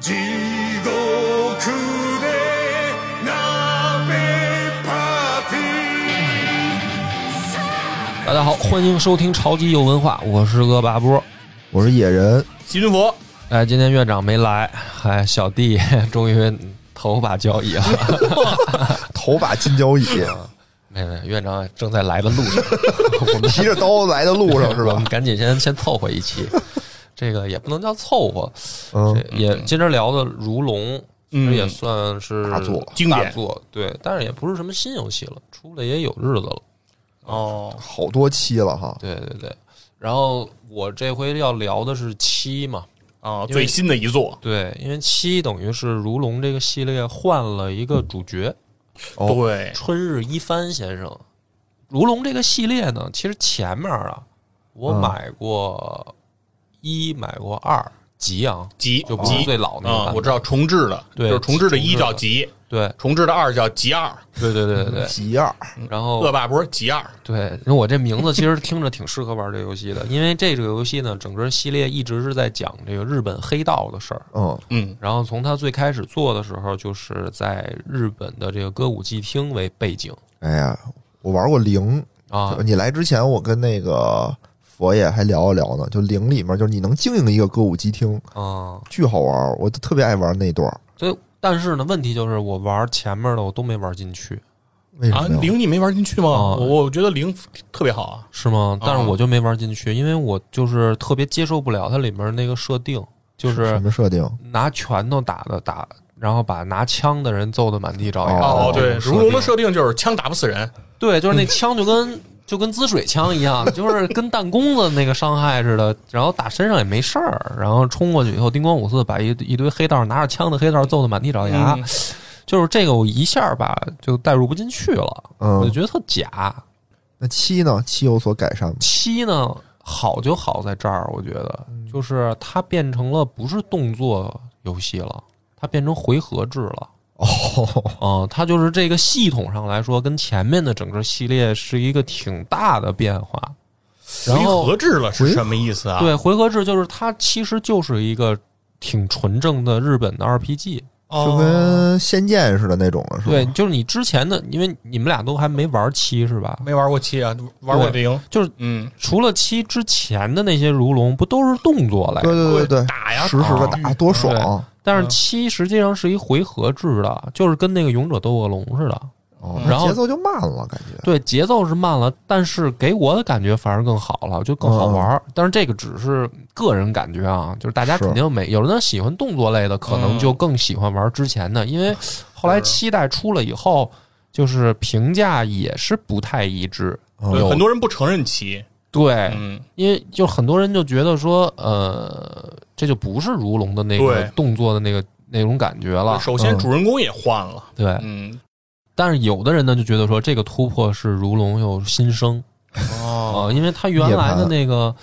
地獄で鍋パーテ大家好，欢迎收听潮基有文化，我是恶霸波。我是野人，西云佛，哎，今天院长没来，哎，小弟 终于头把交椅了。 头把金交椅，没有没有，院长正在来的路上， 我们提着刀来的路 上是我吧们？赶紧先先凑合一期，这个也不能叫凑合，嗯，这也今儿聊的《如龙》嗯也算是大作经典大作，对，但是也不是什么新游戏了，出了也有日子了。哦，好多期了哈。对对对，然后我这回要聊的是七嘛，啊，因为最新的一座，对，因为七等于是《如龙》这个系列换了一个主角，哦对，春日一番先生。《如龙》这个系列呢，其实前面啊，我嗯买过一，买过二，吉阳集就不是集最老那个版啊，本我知道重置的，对就是重置的一重置的叫集，对重置的二叫集二，对对对对嗯对。集二，然后恶霸波集二，对，因为我这名字其实听着挺适合玩这游戏的，因为这个游戏呢，整个系列一直是在讲这个日本黑道的事儿。嗯，嗯，然后从他最开始做的时候，就是在日本的这个歌舞伎町为背景哎呀，我玩过零，啊，你来之前我跟那个佛爷还聊了聊呢，就零里面就是你能经营一个歌舞伎厅，嗯，巨好玩，我特别爱玩那段儿。所以但是呢，问题就是我玩前面的我都没玩进去，为啊什么呀？零你没玩进去吗？啊我我觉得零特别好啊，是吗？但是啊我就没玩进去，因为我就是特别接受不了它里面那个设定，就什是么设定？拿拳头打的打，然后把拿枪的人揍得满地找牙。哦这对，种如龙的设定设定就是枪打不死人，对，就是那枪就跟就跟滋水枪一样，就是跟弹弓子那个伤害似的，然后打身上也没事儿，然后冲过去以后，叮咣五四把一一堆黑道拿着枪的黑道揍得满地找牙，嗯就是这个我一下吧就代入不进去了，我就嗯，觉得特假。那七呢？七有所改善吗？七呢，好就好在这儿，我觉得嗯就是它变成了不是动作游戏了，它变成回合制了。哦，啊、它就是这个系统上来说，跟前面的整个系列是一个挺大的变化。然回后合制了是什么意思啊？对，回合制就是它其实就是一个挺纯正的日本的 RPG。哦，就跟仙剑似的那种了，是吧？对，就是你之前的，因为你们俩都还没玩七是吧？没玩过七啊，玩过零，就是嗯，除了七之前的那些如龙，不都是动作来着？对对对对，打呀，实时的打多爽！啊但是七实际上是一回合制的，就是跟那个《勇者斗恶龙》似的。哦，然后节奏就慢了，感觉。对，节奏是慢了，但是给我的感觉反而更好了，就更好玩儿。但是这个只是个人感觉啊，就是大家是肯定没有人喜欢动作类的，可能嗯就更喜欢玩之前的，因为后来是七代出了以后，就是评价也是不太一致。嗯对，有哎很多人不承认七，对，嗯，因为就很多人就觉得说，呃，这就不是如龙的那个对动作的那个那种感觉了。哎首先嗯主人公也换了，对，嗯，但是有的人呢就觉得说，这个突破是如龙有新生。哦，啊，因为他原来的那个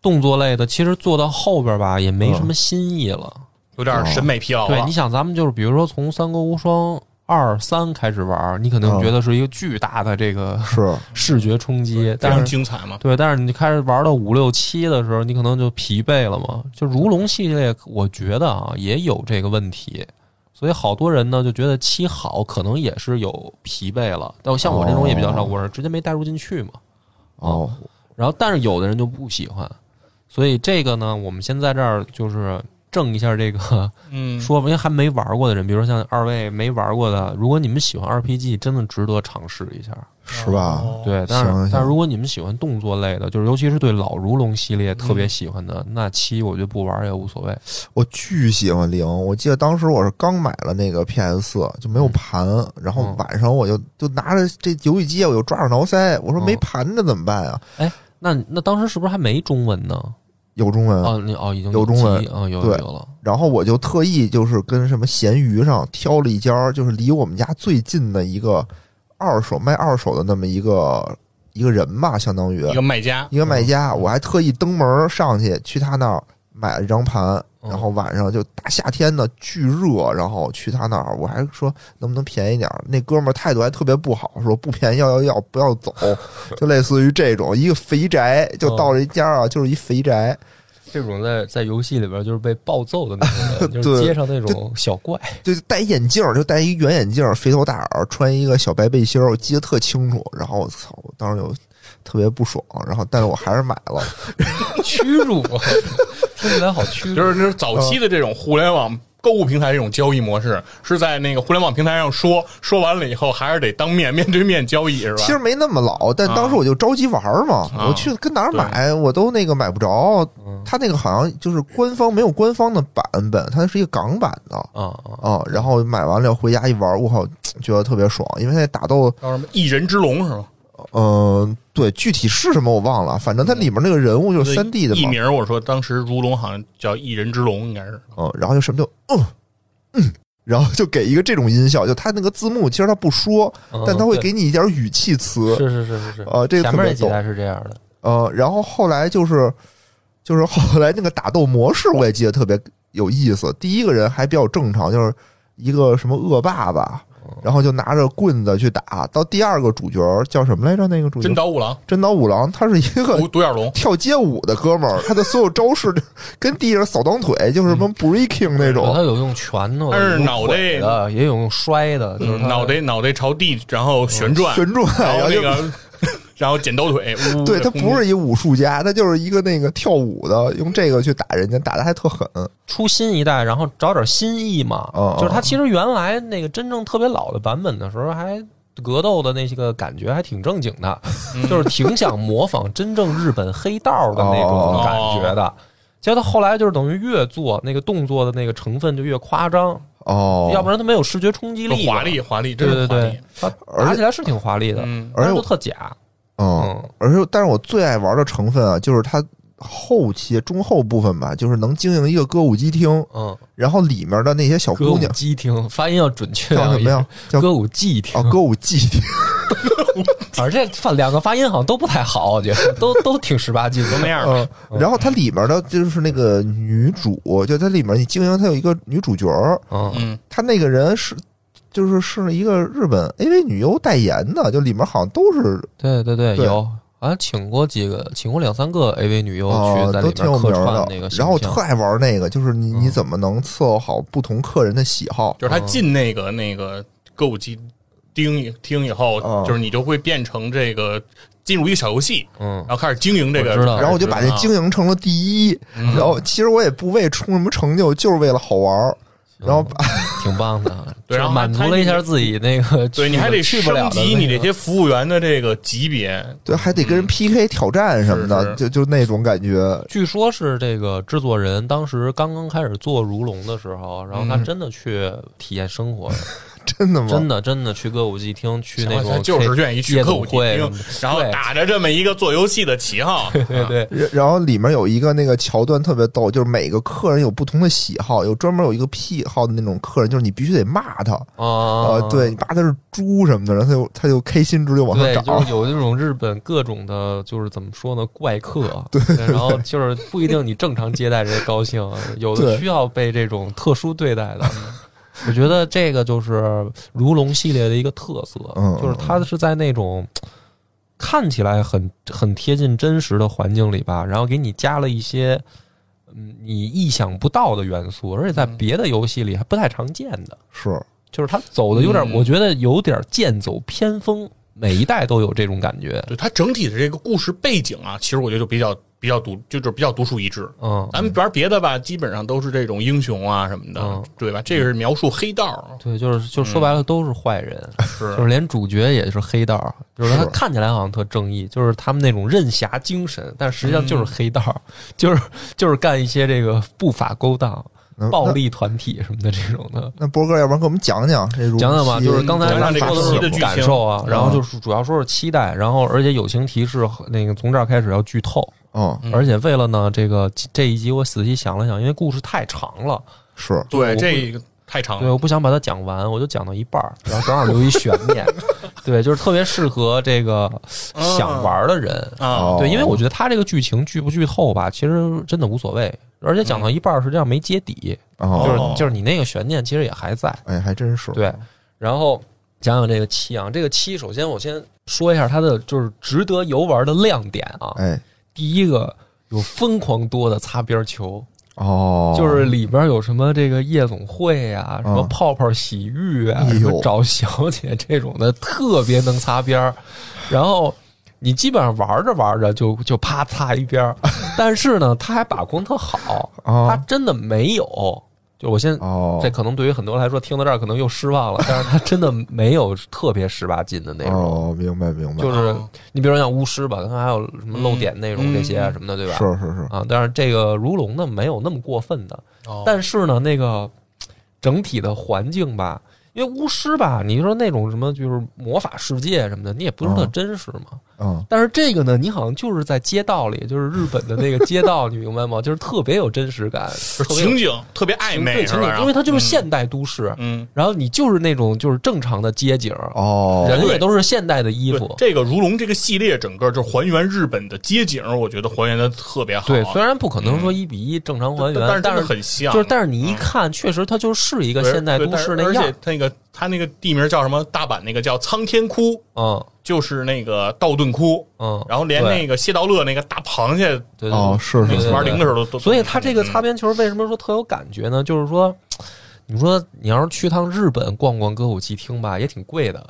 动作类的，其实做到后边吧，也没什么新意了。有哦点审美疲劳对，了你，想，咱们就是比如说从《三国无双二》三开始玩，你可能嗯觉得是一个巨大的这个是视觉冲击，非但常是。精彩嘛，对，但是你开始玩到五六七的时候，你可能就疲惫了嘛。就如龙系列，我觉得啊也有这个问题，所以好多人呢就觉得七好，可能也是有疲惫了。但像我这种也比较少，哦我是直接没带入进去嘛。哦，然后，但是有的人就不喜欢，所以这个呢，我们先在这儿就是正一下这个嗯，说，因为还没玩过的人，比如说像二位没玩过的，如果你们喜欢 RPG，真的值得尝试一下。是吧？哦，对，但行是行但是如果你们喜欢动作类的，就是尤其是对老如龙系列嗯特别喜欢的，那七我就不玩也无所谓。我巨喜欢零，我记得当时我是刚买了那个 PS 四，就没嗯有盘，然哦后晚上我就就拿着这游戏机，我就抓耳挠腮，我说哦嗯没盘着怎么办啊？那那当时是不是还没中文呢？有中文，哦，你哦已经嗯有中文集嗯，有对有了。然后我就特意就是跟什么闲鱼上挑了一家，就是离我们家最近的一个二手卖二手的那么一个一个人吧，相当于一个嗯卖家，一个卖家，我还特意登门上去去他那儿买了一张盘，嗯然后晚上就大夏天的巨热，然后去他那儿，我还说能不能便宜点儿，那哥们儿态度还特别不好，说不便宜要要要不要走，就类似于这种一个肥宅就到了一家啊，就是一肥宅，这种在在游戏里边就是被暴揍的那种人，就是对街上那种小怪，就戴一眼镜儿，就戴一圆眼镜儿，肥头大耳，穿一个小白背心儿，我记得特清楚。然后我操，我当时就特别不爽，然后但是我还是买了。屈辱，啊 听起来好屈辱。就是就是早期的这种互联网购物平台这种交易模式，是在那个互联网平台上说，说完了以后还是得当面 面对面交易，是其实吧？没那么老，但当时我就着急玩儿嘛，啊嗯我去跟哪儿买我都那个买不着。他那个好像就是官方没有官方的版本，它是一个港版的啊啊，啊。然后买完了回家一玩儿，我靠，觉得特别爽，因为那打斗，叫什么一人之龙是吧？嗯、对，具体是什么我忘了，反正它里面那个人物就是三 D 的艺嘛，名我说当时如龙好像叫一人之龙，应该是嗯，然后就什么就嗯嗯，然后就给一个这种音效，就它那个字幕其实它不说，嗯但它会对给你一点语气词，是是是是是，啊这个前特面别那几逗代是这样的，呃，然后后来就是就是后来那个打斗模式我也记得特别有意思，第一个人还比较正常，就是一个什么恶霸吧，哦然后就拿着棍子去打，到第二个主角叫什么来着？那个主角真岛五郎、真岛五郎，他是一独个。独眼龙， 跳街舞的哥们儿，他的所有招式就跟地上扫裆腿，就是什嗯么 breaking 那种，他有用拳头，但是有用脑袋腿的，也有用摔的，就是嗯它脑袋脑袋朝地，然后旋转，嗯旋转，然后就那个，然后剪刀腿，呜对他不是一武术家，他就是一个那个跳舞的，用这个去打人家，打的还特狠。出新一代，然后找点新意嘛。哦哦就是它其实原来那个真正特别老的版本的时候，还格斗的那些个感觉还挺正经的，嗯就是挺想模仿 真正日本黑道的那种哦感觉的。结果他后来就是等于越做那个动作的那个成分就越夸张，哦，要不然他没有视觉冲击力，华丽。华丽，真对是对华丽对，，它打起来是挺华丽的，嗯，但而且是都我特假。嗯嗯，而且但是我最爱玩的成分啊，就是它后期中后部分吧，就是能经营一个歌舞伎厅，嗯，然后里面的那些小歌姑舞娘伎厅发音要准确叫啊，什么呀？叫歌舞伎厅哦，歌舞伎 厅。而这发两个发音好像都不太好，我觉得都都挺十八禁的，都那样吧。嗯，然后它里面的就是那个女主，就它里面你经营它有一个女主角儿，嗯，嗯，他那个人是就是是一个日本 AV 女优代言的，就里面好像都是对对对，对有好像请过几个，请过两三个 AV 女优哦啊、去在里都面挺有客名串的那个。形象然后我特爱玩那个，就是你你嗯怎么能伺候好不同客人的喜好？就是他进那个那个歌舞伎厅以厅以后，嗯就是你就会变成这个进入一个小游戏，嗯然，后开始经营这个，啊啊我知道然后我就把那经营成了第一，嗯然后其实我也不为冲什么成就，就是为了好玩儿。然后把挺棒 的，对然后就满足了一下自己那个去 对你还得去不了升的级那你个这些服务员的这个级别，对，还得跟人 PK 挑战什么是的，嗯是就就那种感觉。据说是这个制作人当时刚刚开始做如龙的时候，然后他嗯真的去体验生活，真的吗？真的真的去歌舞伎厅去那他种就是愿意去夜歌总舞伎会什厅么的，然后对打啊着这么一个做游戏的旗号，对对，然然后里面有一个那个桥段特别逗，就是每个客人有不同的喜好，有专门有一个癖好的那种客人，就是你必须得骂他，啊呃，对你爸他是猪什么的，然后他就他就开心值就往对上，就涨是，有那种日本各种的，就是怎么说呢，怪 客。对，然后就是不一定你正常接待人家高兴，啊有的对需要被这种特殊对待的。 我觉得这个就是如龙系列的一个特色，嗯就是它是在那种看起来很很贴近真实的环境里吧，然后给你加了一些嗯你意想不到的元素，而且在别的游戏里还不太常见的。是就是他走的有点，嗯我觉得有点剑走偏锋，每一代都有这种感觉。对它整体的这个故事背景啊，其实我觉得就比较比较独，就是比较独树一帜。嗯，咱们玩别的吧，基本上都是这种英雄啊什么的，嗯对吧？这个是描述黑道，对，就是就说白了都是坏人，嗯 是就是连主角也是黑道，就是他是看起来好像特正义，就是他们那种任侠精神，但实际上嗯就是黑道，就是就是干一些这个不法勾当、嗯那暴。力团体什么的这种的。那那波哥，要不然给我们讲讲这如讲讲吧，期就是刚才讲咱讲说这个的戏的是剧感情受啊，嗯然后就是主要说是期待，然后而且友情提示，那个从这儿开始要剧透，嗯嗯而且为了呢，这个这一集我仔细想了想，因为故事太长了，是对我这个太长对，了。我不想把它讲完，我就讲到一半 儿，然后正好留一悬念。对，就是特别适合这个想玩的人。啊，哦对，因为我觉得他这个剧情剧不剧透吧，其实真的无所谓。而且讲到一半儿，实际上没揭底，哦，就是哦就是你那个悬念其实也还在。哎，还真是对，然后讲讲这个七啊，这个七，首先我先说一下它的就是值得游玩的亮点啊。哎第一个，有疯狂多的擦边球，哦，就是里边有什么这个夜总会呀、什么嗯泡泡洗浴啊，哎呦什么找小姐这种的，特别能擦边儿。然后你基本上玩着玩着就就啪擦一 边儿，但是呢，他还把控特好，哦他真的没有。就我先哦，这可能对于很多人来说，听到这儿可能又失 望了，但是他真的没有特别十八禁的内容。哦，明白明白，就是哦你比如像巫师吧，刚才还有什么露点内容嗯这些啊嗯什么的，对吧？是是是，啊，但是这个如龙呢，没有那么过分的。哦但是呢，那个整体的环境吧，因为巫师吧，你说那种什么就是魔法世界什么的，你也不是特嗯真实嘛。嗯，但是这个呢，你好像就是在街道里，就是日本的那个街 道，你明白吗？就是特别有真实感，就是情景特别暧昧，对是情景吧，因为它就是现代都市，嗯，然后你就是那种就是正常的街景，哦，人也都是现代的衣对服，。这个如龙这个系列整个就是还原日本的街景，我觉得还原的特别好。嗯对，虽然不可能说一比一正常还原，但是真但的是很像，就是，但是你一看，确实它就是一个对现代对都但是市那而样且儿。那个他那个地名叫什么？大阪那个叫苍天窟，嗯就是那个道顿窟，嗯，然后连对那个谢道乐那个大螃蟹对对哦对是那是个对是玩零的时候都都，嗯所以它嗯这个擦边球为什么说特有感觉呢？就是说，你说你要是去趟日本逛逛歌舞伎町吧，也挺贵的。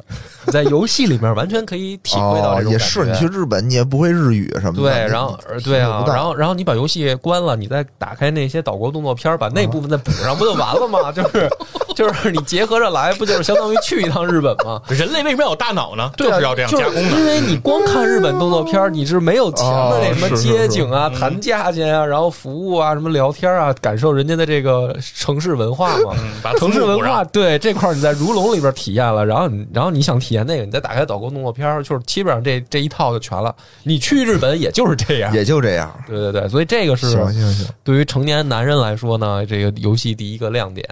你在游戏里面完全可以体会到哦这种感觉。也是，你去日本你也不会日语什么的，对，你然后你呃对体会啊不，到然后然后你把游戏关了，你再打开那些岛国动作片儿，把那部分再补上，不就完了吗？就是就是你结合着来，不就是相当于去一趟日本吗？人类为什么要有大脑呢？对啊，是要这样加工 就是的。因为你光看日本动作片儿，你是没有强的那什么哦是是街景啊、是嗯谈价钱啊、然后服务啊、什么聊天啊，感受人家的这个城市文化 嘛。嗯，把城市字幕文补上化对这块儿你在如龙里边体验了，然后你然后你想体验那个，你再打开岛国动作片儿，就是基本上这这一套就全了。你去日本也就是这样，也就这样，对对对，所以这个是嗯行行行，对于成年男人来说呢，这个游戏第一个亮点。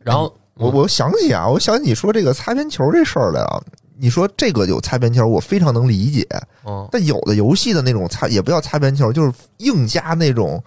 然后我我想起啊，我想起你说这个擦边球这事儿来了。你说这个有擦边球，我非常能理解。嗯， 但有的游戏的那种擦，也不叫擦边球，就是硬加那种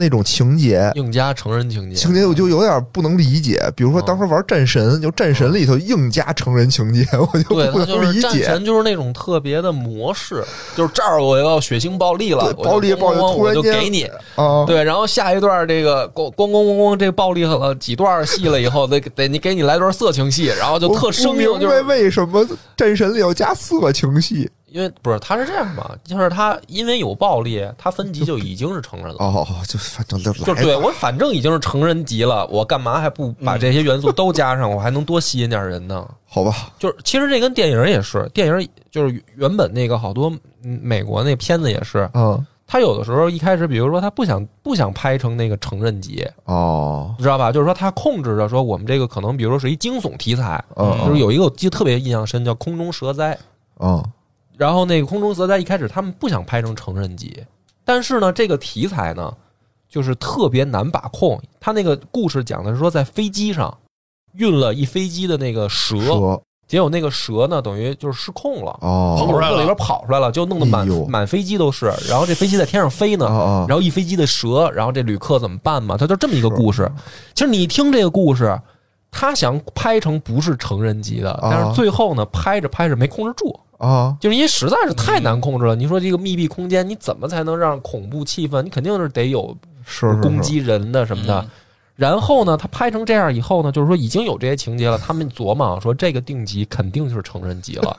那种情节，硬加成人情节，情节我就有点不能理解。嗯比如说当时玩战神，就战神里头硬加成人情节， 我就对，不他就能是理战解。神，就是那种特别的模式，就是这儿我要血腥暴力了，对我就暴力咣咣暴力咣突我然就间给你，啊，对，然后下一段这个咣咣咣咣咣，这暴力了几段戏了以后， 得得你给你来段色情戏，然后就我特生不硬，明就白是为什么战神里要加色情戏。因为不是他是这样嘛，就是他因为有暴力，他分级就已经是成人了。哦，就反正就就来对吧。嗯我反正已经是成人级了，我干嘛还不把这些元素都加上？我还能多吸引点人呢？好吧，就是其实这跟电影也是，电影就是原本那个好多嗯美国那片子也是，嗯，他有的时候一开始，比如说他不想不想拍成那个成人级，哦，知道吧？就是说他控制着说我们这个可能，比如说是一惊悚题材，嗯，就是有一个我记得特别印象深叫《空中蛇灾》，嗯，然后那个《空中蛇灾》一开始他们不想拍成成人级，但是呢，这个题材呢就是特别难把控。他那个故事讲的是说在飞机上运了一飞机的那个蛇，蛇结果那个蛇呢等于就是失控了。哦，从出来了里边跑出来了，就弄得满、哎呦满飞机都是。然后这飞机在天上飞呢，哦然后一飞机的蛇，然后这旅客怎么办嘛？它就这么一个故事。其实你一听这个故事，他想拍成不是成人级的，但是最后呢，拍着拍着没控制住，哦啊，就是因为实在是太难控制了。你说这个密闭空间，你怎么才能让恐怖气氛？你肯定是得有是是攻，击人的什么的嗯。然后呢，他拍成这样以后呢，就是说已经有这些情节了，他们琢磨啊说这个定级肯定就是成人级 了，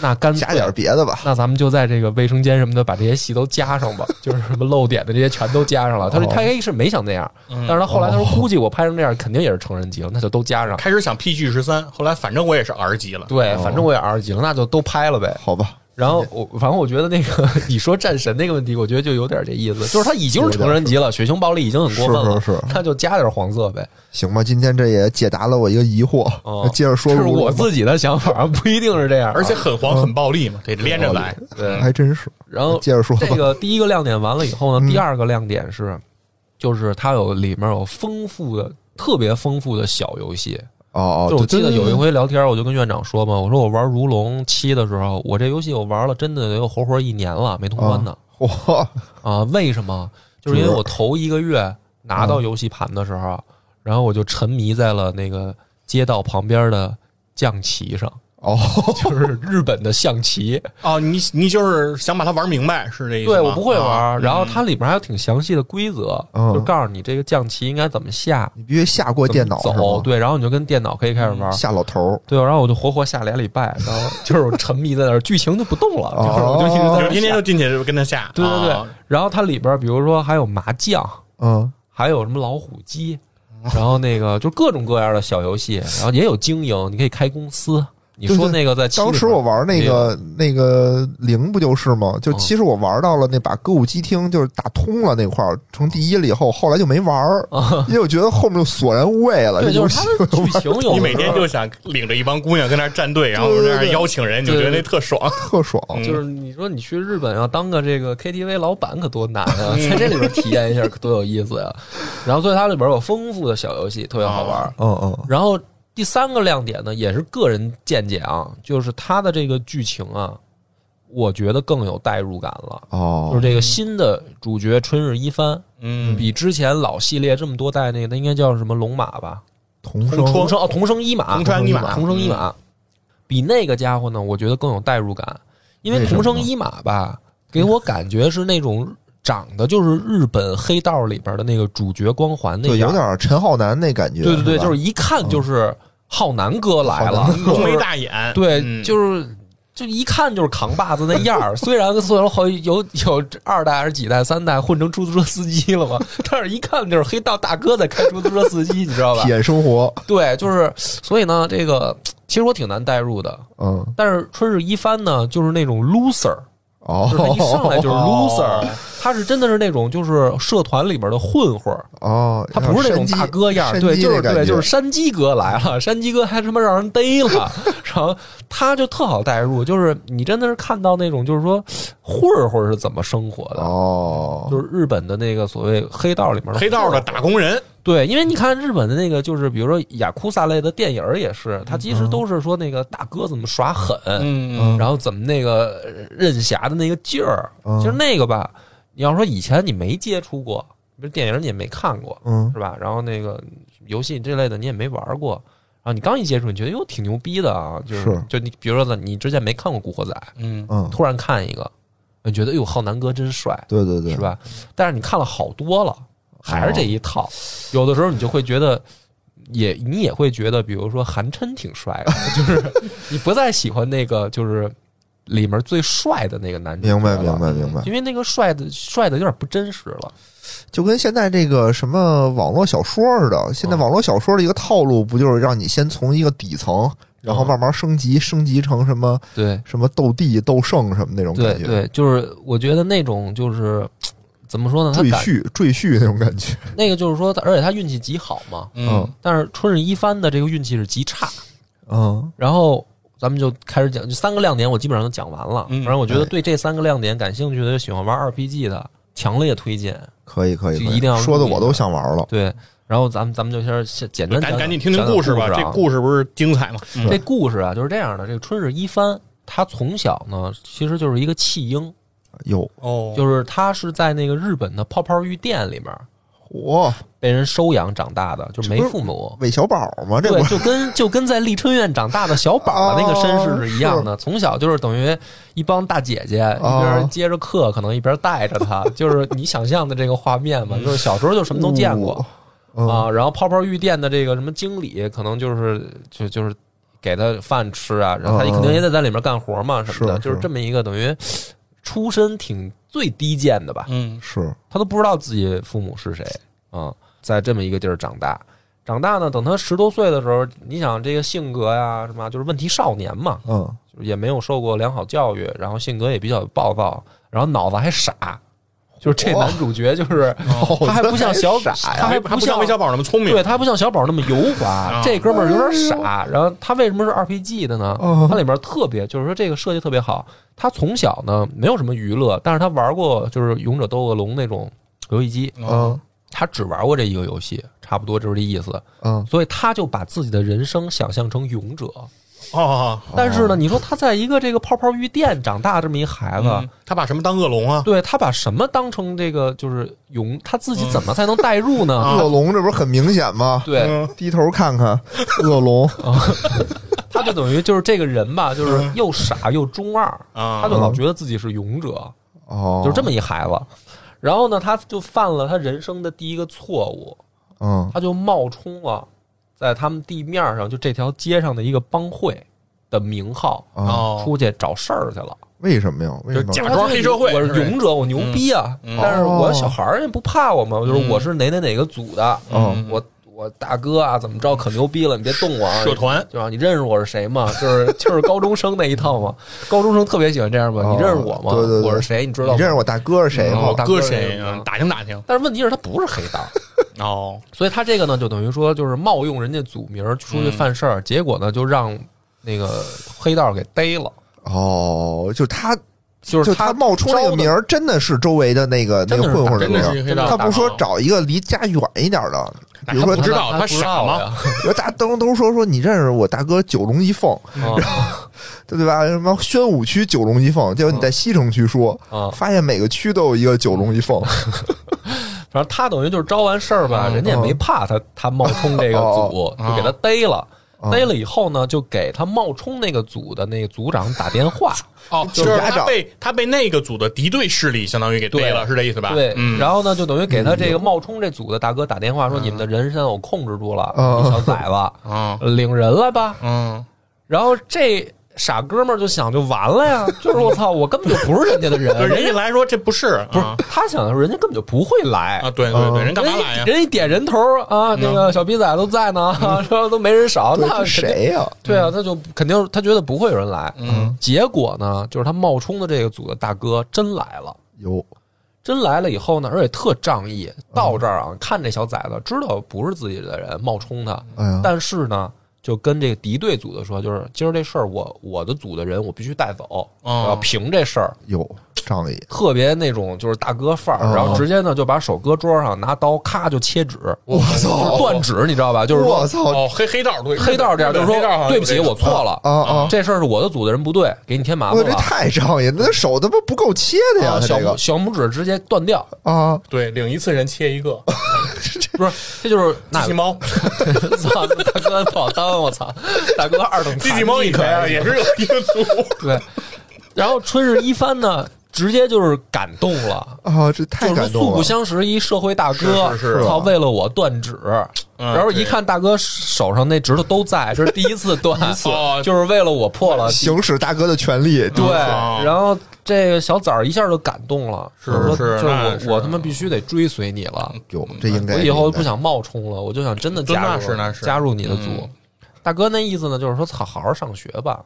那干是脆加点别的吧。那咱们就在这个卫生间什么的把这些戏都加上吧，就是什么漏点的这些全都加上了。他说哦他一开始没想那样，嗯但是他后来他说估计我拍成这样肯定也是成人级了，那就都加上。哦开始想 PG 十三，后来反正我也是 R 级了。 对，反正我也 R 级了，那就都拍了呗。好吧，然后我反正我觉得那个你说战神那个问题，我觉得就有点这意思，就是他已经是成人级了，血腥暴力已经很过分了，是是是那就加点黄色呗。行吧，今天这也解答了我一个疑惑。哦那接着说这是如龙我吧自己的想法，不一定是这样啊。而且很黄很暴力嘛，嗯得连着来。对还真是。然后接着 说吧这个第一个亮点完了以后呢，嗯第二个亮点是，就是它有里面有丰富的、特别丰富的小游戏。哦哦，就我记对得对有一回聊天，我就跟院长说嘛，我说我玩《如龙七》的时候，我这游戏我玩了真的得有活活一年了，没通关呢。对哇，啊，为什么？就是因为我头一个月拿到游戏盘的时 候，然后我就沉迷在了那个街道旁边的降旗上。哦，就是日本的象棋。哦，你你就是想把它玩明白是这意思吗？对我不会玩啊儿，然后它里边还有挺详细的规则，嗯就告诉你这个象棋应该怎么下、你必须下过电脑怎么走，是吗嗯对，然后你就跟电脑可以开始玩儿。下老头儿，对，然后我就活活下俩礼拜，然 后就是我沉迷在那儿，剧情就不动了，哦就是我就一直在那就儿天天下就进去就跟他下，对对对啊，然后它里边儿比如说还有麻将，嗯，还有什么老虎机，然后那个就各种各样的小游戏，然后也有经营，你可以开公司。你对说对那个在七里当时我玩那个那个零不就是吗？就嗯其实我玩到了那把歌舞伎厅，就是打通了那块儿，成第一了以后，后来就没玩儿，因为我觉得后面就索然无味嗯了。边儿，对，这就游是戏它的剧情有的时候你每天就想领着一帮姑娘跟那儿站队，然后这样邀请人，你就觉得那特爽。特爽。嗯就是你说你去日本要当个这个 KTV 老板可多难 啊，在这里边体验一下可多有意思呀、然后所以它里边有丰富的小游戏，特别好玩。啊嗯嗯，然后第三个亮点呢，也是个人见解啊，就是它的这个剧情啊，我觉得更有代入感了。就是哦，这个新的主角春日一番，嗯，比之前老系列这么多代那个，那应该叫什么龙马吧？童同声窗同生哦，同生一马，同生一马同生一马，比那个家伙呢，我觉得更有代入感，因为为什同么生一马吧，给我感觉是那种长得就是日本黑道里边的那个主角光环那对，有样，点陈浩南那感觉。对对对，就是是一看就是浩南哥来了，浓就眉是嗯大眼， 对，嗯就是。就一看就是扛把子那样儿，虽然虽然后有有二代还是几代三代混成出租车司机了嘛，但是一看就是黑道大哥在开出租车司机，你知道吧吧体？验生活。对，就是所以呢，这个其实我挺难代入的。嗯，但是春日一番呢，就是那种 loser，哦，就是他一上来就是 loser，哦他是真的是那种就是社团里边的混混儿，哦，他不是那种山鸡大哥样儿，山对，鸡就是那感对，觉就是山鸡哥来了，山鸡哥还他妈让人逮了，然后他就特好代入，就是你真的是看到那种就是说混混儿是怎么生活的。哦，就是日本的那个所谓黑道里面的黑道的打工人，对，因为你看日本的那个，就是比如说雅库萨类的电影儿也是，它其实都是说那个大哥怎么耍狠，嗯然后怎么那个呃任侠的那个劲儿，嗯其实那个吧，你要说以前你没接触过，比如电影你也没看过，嗯是吧？然后那个游戏这类的你也没玩过，然后你刚一接触，你觉得哟挺牛逼的啊，就是就你比如说你之前没看过《古惑仔嗯》，嗯，突然看一个，你觉得哟浩南哥真帅，对对对，是？吧？但是你看了好多了，哎还是这一套，有的时候你就会觉得。也你也会觉得，比如说韩琛挺帅 的，就是你不再喜欢那个就是里面最帅的那个男主角明白了明白明白，因为那个帅的帅的有点不真实了。就跟现在这个什么网络小说似的，现在嗯网络小说的一个套路不就是让你先从一个底层，然后嗯慢慢升级，升级成什么对什么斗地、斗圣什么那种对感觉，对，就是我觉得那种就是怎么说呢？他赘感婿赘婿那种感觉，那个就是说，而且他运气极好嘛。嗯，但是春日一番的这个运气是极差，嗯，然后咱们就开始讲，就三个亮点我基本上都讲完了。嗯反正我觉得哎对这三个亮点感兴趣的、喜欢玩 RPG 的，强烈推荐。可以可以，这可以一定要说的注意我的都想玩了，对，然后咱们咱们就先先简单赶讲赶紧听听嗯讲讲故事吧，啊这故事不是精彩吗？嗯这故事啊就是这样的，这个春日一番。他从小呢，其实就是一个弃婴，有哦，就是他是在那个日本的泡泡浴店里面哇，被人收养长大的，就是没这不是父母。韦小宝吗？这对， 不是就跟就跟在丽春院长大的小哦宝的那个身世是一样的，从小就是等于一帮大姐姐一哦边接着课，可能一边带着 他，就是你想象的这个画面嘛，就是小时候就什么都见过嗯啊。然后泡泡浴店的这个什么经理，可能就是就就是给他饭吃啊，然后他嗯肯定也得在里面干活嘛什么的，哦是就是是这么一个等于出身挺最低贱的吧，嗯是他都不知道自己父母是谁啊、嗯在这么一个地儿长大。长大呢，等他十多岁的时候，你想这个性格呀，什么就是问题少年嘛，嗯就是也没有受过良好教育，然后性格也比较暴躁，然后脑子还傻，就是这男主角就是、哦他还不像小傻呀他还不像像韦小宝那么聪明，对他不像小宝那么油滑啊，这哥们儿有点傻。然后他为什么是 RPG 的呢嗯？它里面特别就是说这个设计特别好。他从小呢没有什么娱乐，但是他玩过就是《勇者斗恶龙》那种游戏机，嗯他只玩过这一个游戏，差不多就是这意思。嗯所以他就把自己的人生想象成勇者。哦，但是呢，你说他在一个这个泡泡浴店长大这么一孩子，嗯他把什么当恶龙啊？对他把什么当成这个就是勇，他自嗯己怎么才能代入呢？啊恶龙这不是很明显吗？对，低头看看恶龙，他就等于就是这个人吧，就是又傻又中二，啊他就老觉得自己是勇者，哦，就是这么一孩子。然后呢，他就犯了他人生的第一个错误，嗯他就冒充了在他们地面上就这条街上的一个帮会的名号，啊，哦出去找事儿去了。为什么呀？为什么就？假装黑社会我是勇者，我牛逼啊！但是我小孩儿也不怕我嘛，我就是嗯我是哪哪哪个组的，嗯我我大哥啊，怎么着可牛逼了，你别动我啊！社团就让你认识我是谁 嘛，就是就是高中生那一套嘛，高中生特别喜欢这样嘛，哦你认识我吗？对对对我是谁？你知道吗？你认识我大哥是谁然吗？后大搁哥谁那个嗯打听打听但是问题是，他不是黑 道，哦，所以他这个呢，就等于说就是冒用人家组名儿出去犯事嗯儿，结果呢就让那个黑道给逮了，哦，就是他，就就是他他冒充那招个的名儿，真的是周围的那个那真个的是混混打的真名的是儿。一黑道。他不说啊找一个离家远一点的，比如他说不知道他他傻吗吗？？比如大家都都说说你认识我大哥九龙一凤，啊对对吧？什么宣武区九龙一凤，结果你在西城区说，啊！发现每个区都有一个九龙一凤。 嗯反正他等于就是招完事儿吧，嗯人家也没怕他，他冒充这个组，嗯就给他逮了。嗯逮了以后呢，就给他冒充那个组的那个组长打电话，哦，就就是是家他长被他被那个组的敌对势力相当于给逮对了，是这意思吧？对，嗯，然后呢，就等于给他这个冒充这组的大哥打电话说：“你们的人身我控制住了，嗯你小崽子，啊哦 领人了吧嗯，？”然后这傻哥们儿就想，就完了 呀，就是我操，我根本就不是人家的 对呃人，人家来说这不是不是啊他想的时候，人家根本就不会来啊，。对对对，人干人嘛一来呀？人一点人头儿啊，那个小逼崽都在呢， 说都没人少，对，那肯这定谁呀？对啊，他就肯定他觉得不会有人来。嗯，结果呢，就是他冒充的这个组的大哥真来了，有真来了以后呢，而且特仗义，到这儿啊，看这小崽子，知道不是自己的人，冒充他，哎呀，但是呢。就跟这个敌对组的说，就是今儿这事儿，我我的组的人我必须带走，我哦要平这事儿，有仗义，特别那种就是大哥范哦儿，然后直接呢就把手搁桌上，拿刀咔就切纸，我就是操！断指，你知道吧？就是说我操！哦，黑黑道对黑道这样，就是说黑道好像对不起，有这我个错了啊啊！这事儿是我的组的人不对，给你添麻我烦这了。太仗义，那手他妈不够切的呀！啊他小这个拇小拇指直接断掉，啊，对领一次人切一个，不是，这就是机那器猫， 操大哥不好当，我操，大哥二等机器猫以前啊也是有一个组， 对。然后春日一番呢，直接就是感动了，啊，这太就是感素动不了！相识一社会大哥，是是是啊操，为了我断指。嗯然后对一看大哥手上那指头都在，这是第一次断，哦就是为了我破了行使大哥的权利，对，哦然后这个小崽儿一下就感动了，是说是就是那我是我他妈必须得追随你了，有这应该嗯我以后不应该想冒充了，我就想真的对加那入是那是加入你的组。嗯大哥那意思呢，就是说操，好好上学吧，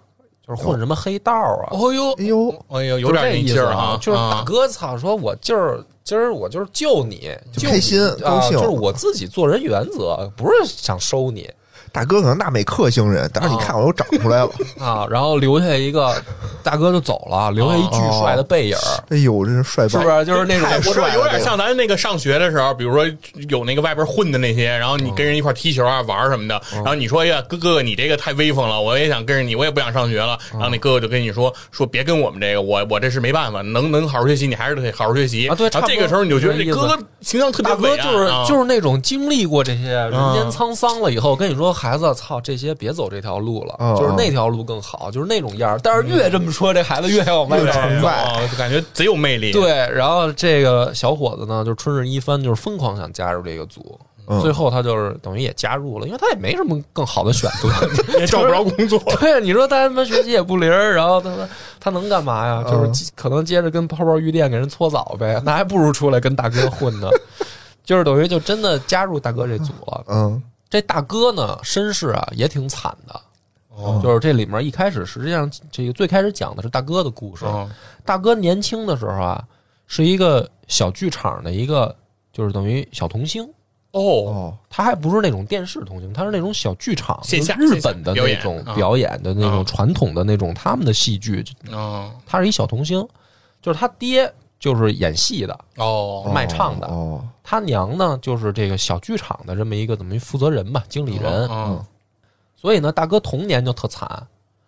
就是混什么黑道啊，哦呦哎呦，哎呦，有就点这那意劲思儿啊，就是啊大哥操，说我今儿今儿我就是救你，就救开你心高啊兴就是我自己做人原则，不是想收你大哥可能纳美克星人，但是嗯你看我又长 出来了，啊，然后留下一个大哥就走了，留下一巨哦帅的背影儿，哎呦，真是帅是爆！不是？就是那种我帅说了有这点个像咱那个上学的时候，比如说有那个外边混的那些，然后你跟人一块踢球啊、玩儿什么嗯的，然后你说哎呀哥哥哥，你这个太威风了，我也想跟着你，我也不想上学了。然后你嗯哥哥就跟你说说别跟我们这个，我我这是没办法，能能好好学习，你还是得好好学习啊对然差后不这多个时候你就觉得这这个意思哥哥形象特别大哥伟就是岸啊啊就是那种经历过这些人间沧桑了以后，跟你说孩子，操，这些别走这条路了嗯，就是那条路更好，就是那种样儿。但是越这么说，这孩子越要往外越走。崇拜嗯哦就感觉贼有魅力。对，然后这个小伙子呢，就是春日一番，就是疯狂想加入这个组，嗯最后他就是等于也加入了，因为他也没什么更好的选 择。也找不着工作。 对啊呀，你说他他妈学习也不灵儿，然后他妈他能干嘛呀？就是嗯接可能接着跟泡泡浴店给人搓澡呗，那还不如出来跟大哥混呢。就是等于就真的加入大哥这组了。嗯，这大哥呢，身世啊也挺惨的。哦就是这里面一开始实际上这个最开始讲的是大哥的故事。哦大哥年轻的时候啊，是一个小剧场的一个，就是等于小童星。哦，哦，他还不是那种电视童星，他是那种小剧场，线下就是日本的那种线下表啊表演的那种传统的那种他们的戏剧，哦他是一小童星，就是他爹就是演戏的，哦卖唱的哦，他娘呢就是这个小剧场的这么一个怎么一负责人吧，经理人。嗯哦所以呢，大哥童年就特惨，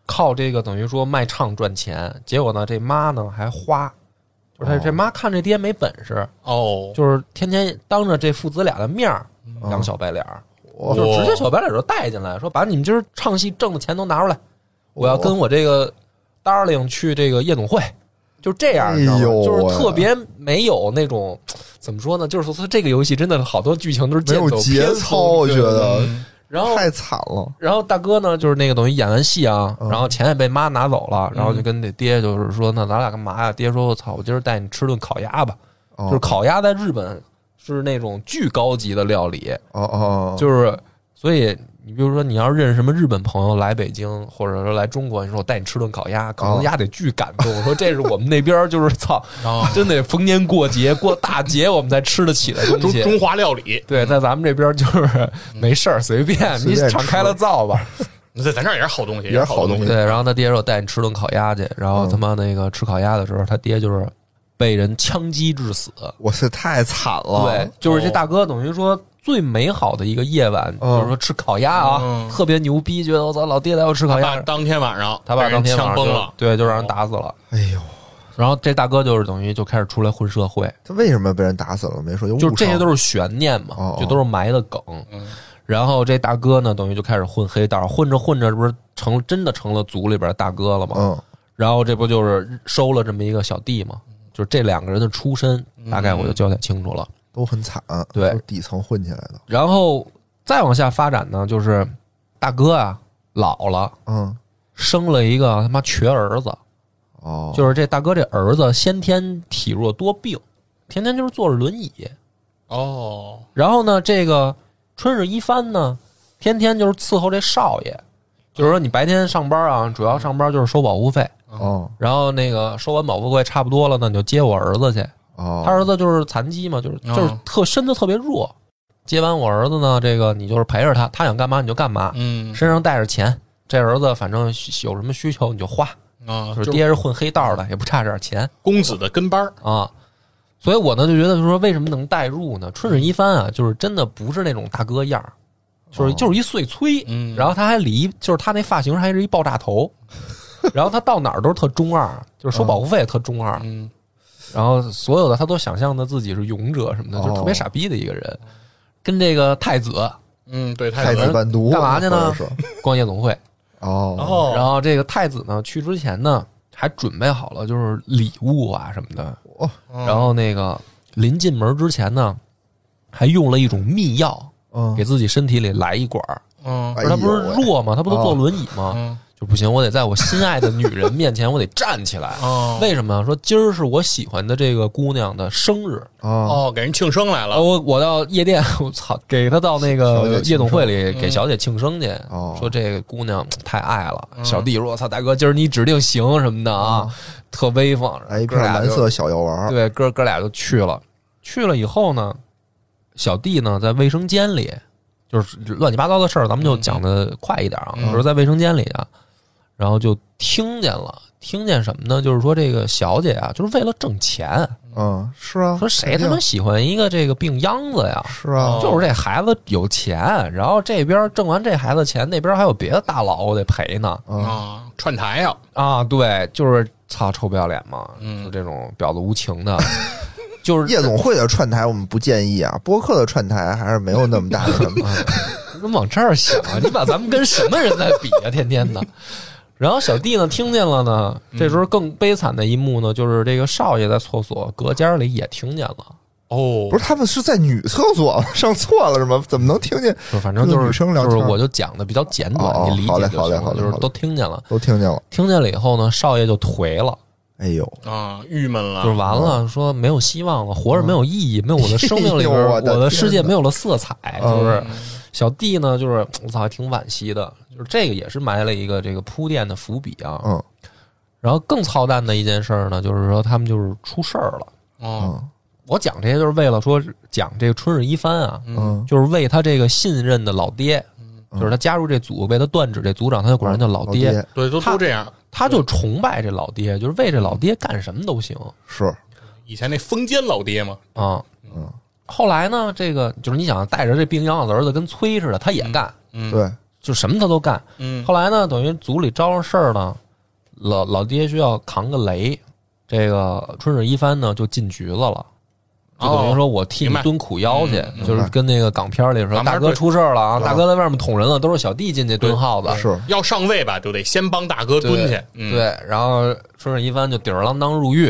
靠这个等于说卖唱赚钱，结果呢，这妈呢还花，就是他哦这妈看这爹没本事，哦，就是天天当着这父子俩的面儿嗯养小白脸儿，哇就是直接小白脸就带进来，说把你们今儿唱戏挣的钱都拿出来，我要跟我这个 darling 去这个夜总会，就这样，你知道吗哎呦喂就是特别没有那种怎么说呢？就是说这个游戏真的好多剧情都是没剑有走节偏操，锋，我觉得然后。太惨了。然后大哥呢，就是那个等于演完戏啊，嗯然后钱也被妈拿走了，然后就跟那爹就是说，那咱俩干嘛呀？爹说，我操，我今儿带你吃顿烤鸭吧。哦就是烤鸭在日本是那种巨高级的料理，哦哦，就是所以你比如说你要认识什么日本朋友来北京，或者说来中国，你说我带你吃顿烤鸭，可能哦鸭得巨感动，说这是我们那边儿就是操，然后真得逢年过节过大节我们才吃得起的东中西。中华料理，对，在咱们这边儿就是没事儿，随便嗯随你便敞吃开了造 吧。在咱这儿也是好东西，也是好东东西对，然后他爹说我带你吃顿烤鸭去，然后嗯他妈那个吃烤鸭的时候，他爹就是被人枪击致死。我这太惨了。对，就是这大哥等于说最美好的一个夜晚，哦就嗯是说吃烤鸭啊嗯，特别牛逼，觉得我操，老爹带我吃烤爸鸭。当天晚上他爸被人当天晚枪上崩就了，哦对，就让人打死了。哎呦，然后这大哥就是等于就开始出来混社会，他为什么被人打死了？没说，就就是这些是都是悬念嘛哦，哦就都是埋的梗。嗯然后这大哥呢，等于就开始混黑道，混着混着，这不是成真的成了族里边的大哥了吗？嗯，然后这不就是收了这么一个小弟嘛？就是这两个人的出身，嗯大概我就交代清楚了。都很惨，对都是底层混起来的。然后再往下发展呢，就是大哥啊老了，嗯，生了一个他妈瘸儿子，哦，就是这大哥这儿子先天体弱多病，天天就是坐着轮椅。哦，然后呢，这个春日一番呢，天天就是伺候这少爷，就是说你白天上班啊，主要上班就是收保护费，哦然后那个收完保护费差不多了呢，你就接我儿子去。哦，他儿子就是残疾嘛，就是就是特身子特别弱。接完我儿子呢，这个你就是陪着他，他想干嘛你就干嘛，嗯身上带着钱。这儿子反正需有什么需求你就花，啊，就是就爹是混黑道的，也不差这点钱公子的跟班儿啊。所以我呢就觉得，就是说为什么能代入呢？春日一番啊，就是真的不是那种大哥样儿，就是哦就是一碎催，嗯然后他还理，就是他那发型还是一爆炸头，然后他到哪儿都是特中二，就是收保护费也特中二，嗯然后所有的他都想象的自己是勇者什么的，哦就是特别傻逼的一个人，跟这个太子嗯，对，太太子子伴读干嘛去呢或者是逛夜总会，哦，哦，然后这个太子呢去之前呢还准备好了就是礼物啊什么的，哦后然后那个临进门之前呢还用了一种秘药嗯，给自己身体里来一管儿，嗯哎不是他不是呦喂弱吗？他不都坐哦轮椅吗？嗯就不行，我得在我心爱的女人面前我得站起来。哦为什么呢？说今儿是我喜欢的这个姑娘的生日，哦哦，给人庆生来啊，了，我我到夜店， 我操，给他到那小个姐庆生嗯夜总会里给小姐庆生去，哦嗯说这个姑娘太爱了。小弟说：“我操，大哥，今儿你指定行什么的啊，特威风。”哎来一哥片俩蓝就色小药丸儿，对，哥哥俩就去了。去了以后呢，小弟呢在卫生间里，就是乱七八糟的事儿，咱们就讲的快一点啊。嗯就是在卫生间里啊，然后就听见了，听见什么呢？就是说这个小姐啊，就是为了挣钱，嗯，是啊，说谁他肯妈定喜欢一个这个病秧子呀？是啊哦，就是这孩子有钱，然后这边挣完这孩子钱，那边还有别的大佬我得赔呢。嗯，啊，串台呀，啊，对，就是操臭不要脸嘛，嗯就这种婊子无情的，就是夜总会的串台我们不建议啊，播客的串台还是没有那么大的什哦么，你怎么往这儿想啊？你把咱们跟什么人在比啊？天天的。然后小弟呢听见了呢，这时候更悲惨的一幕呢，就是这个少爷在厕所隔间里也听见了，哦，不是他们是在女厕所上错了是吗？怎么能听见？就反正就跟是女生聊就是天我就讲的比较简哦短，哦你理好解嘞就好嘞行好了，嘞就是好嘞都听见了。都听见了，听见了以后呢，少爷就颓了，哎呦，啊，郁闷了，就是完了，说没有希望了，活着没有意义，没有我的生命里边，嗯 哎呦我我的的天世界哪没有了色彩。嗯就是小弟呢，就是我操，还挺惋惜的，就是这个也是埋了一个这个铺垫的伏笔啊。嗯然后更操蛋的一件事儿呢，就是说他们就是出事儿了。哦，嗯我讲这些就是为了说讲这个春日一番啊，嗯，就是为他这个信任的老爹，嗯就是他加入这组，为他断指这组长，他就管人叫老爹。爹对，都他都这样。他就崇拜这老爹，就是为这老爹干什么都行是，以前那封建老爹嘛，啊。嗯，后来呢，这个就是你想带着这病秧子儿子跟崔似的，他也干，嗯，，对，就什么他都干。嗯，后来呢，等于组里招上事儿呢，老老爹需要扛个雷，这个春日一番呢就进局子了，就等于说我替你哦明白蹲苦腰去，嗯就是跟那个港片里说港片大哥对出事儿了啊，大哥在外面捅人了，都是小弟进去蹲耗子，是要上位吧，就得先帮大哥对蹲去。嗯，对，然后顺顺一番就吊儿郎当入 狱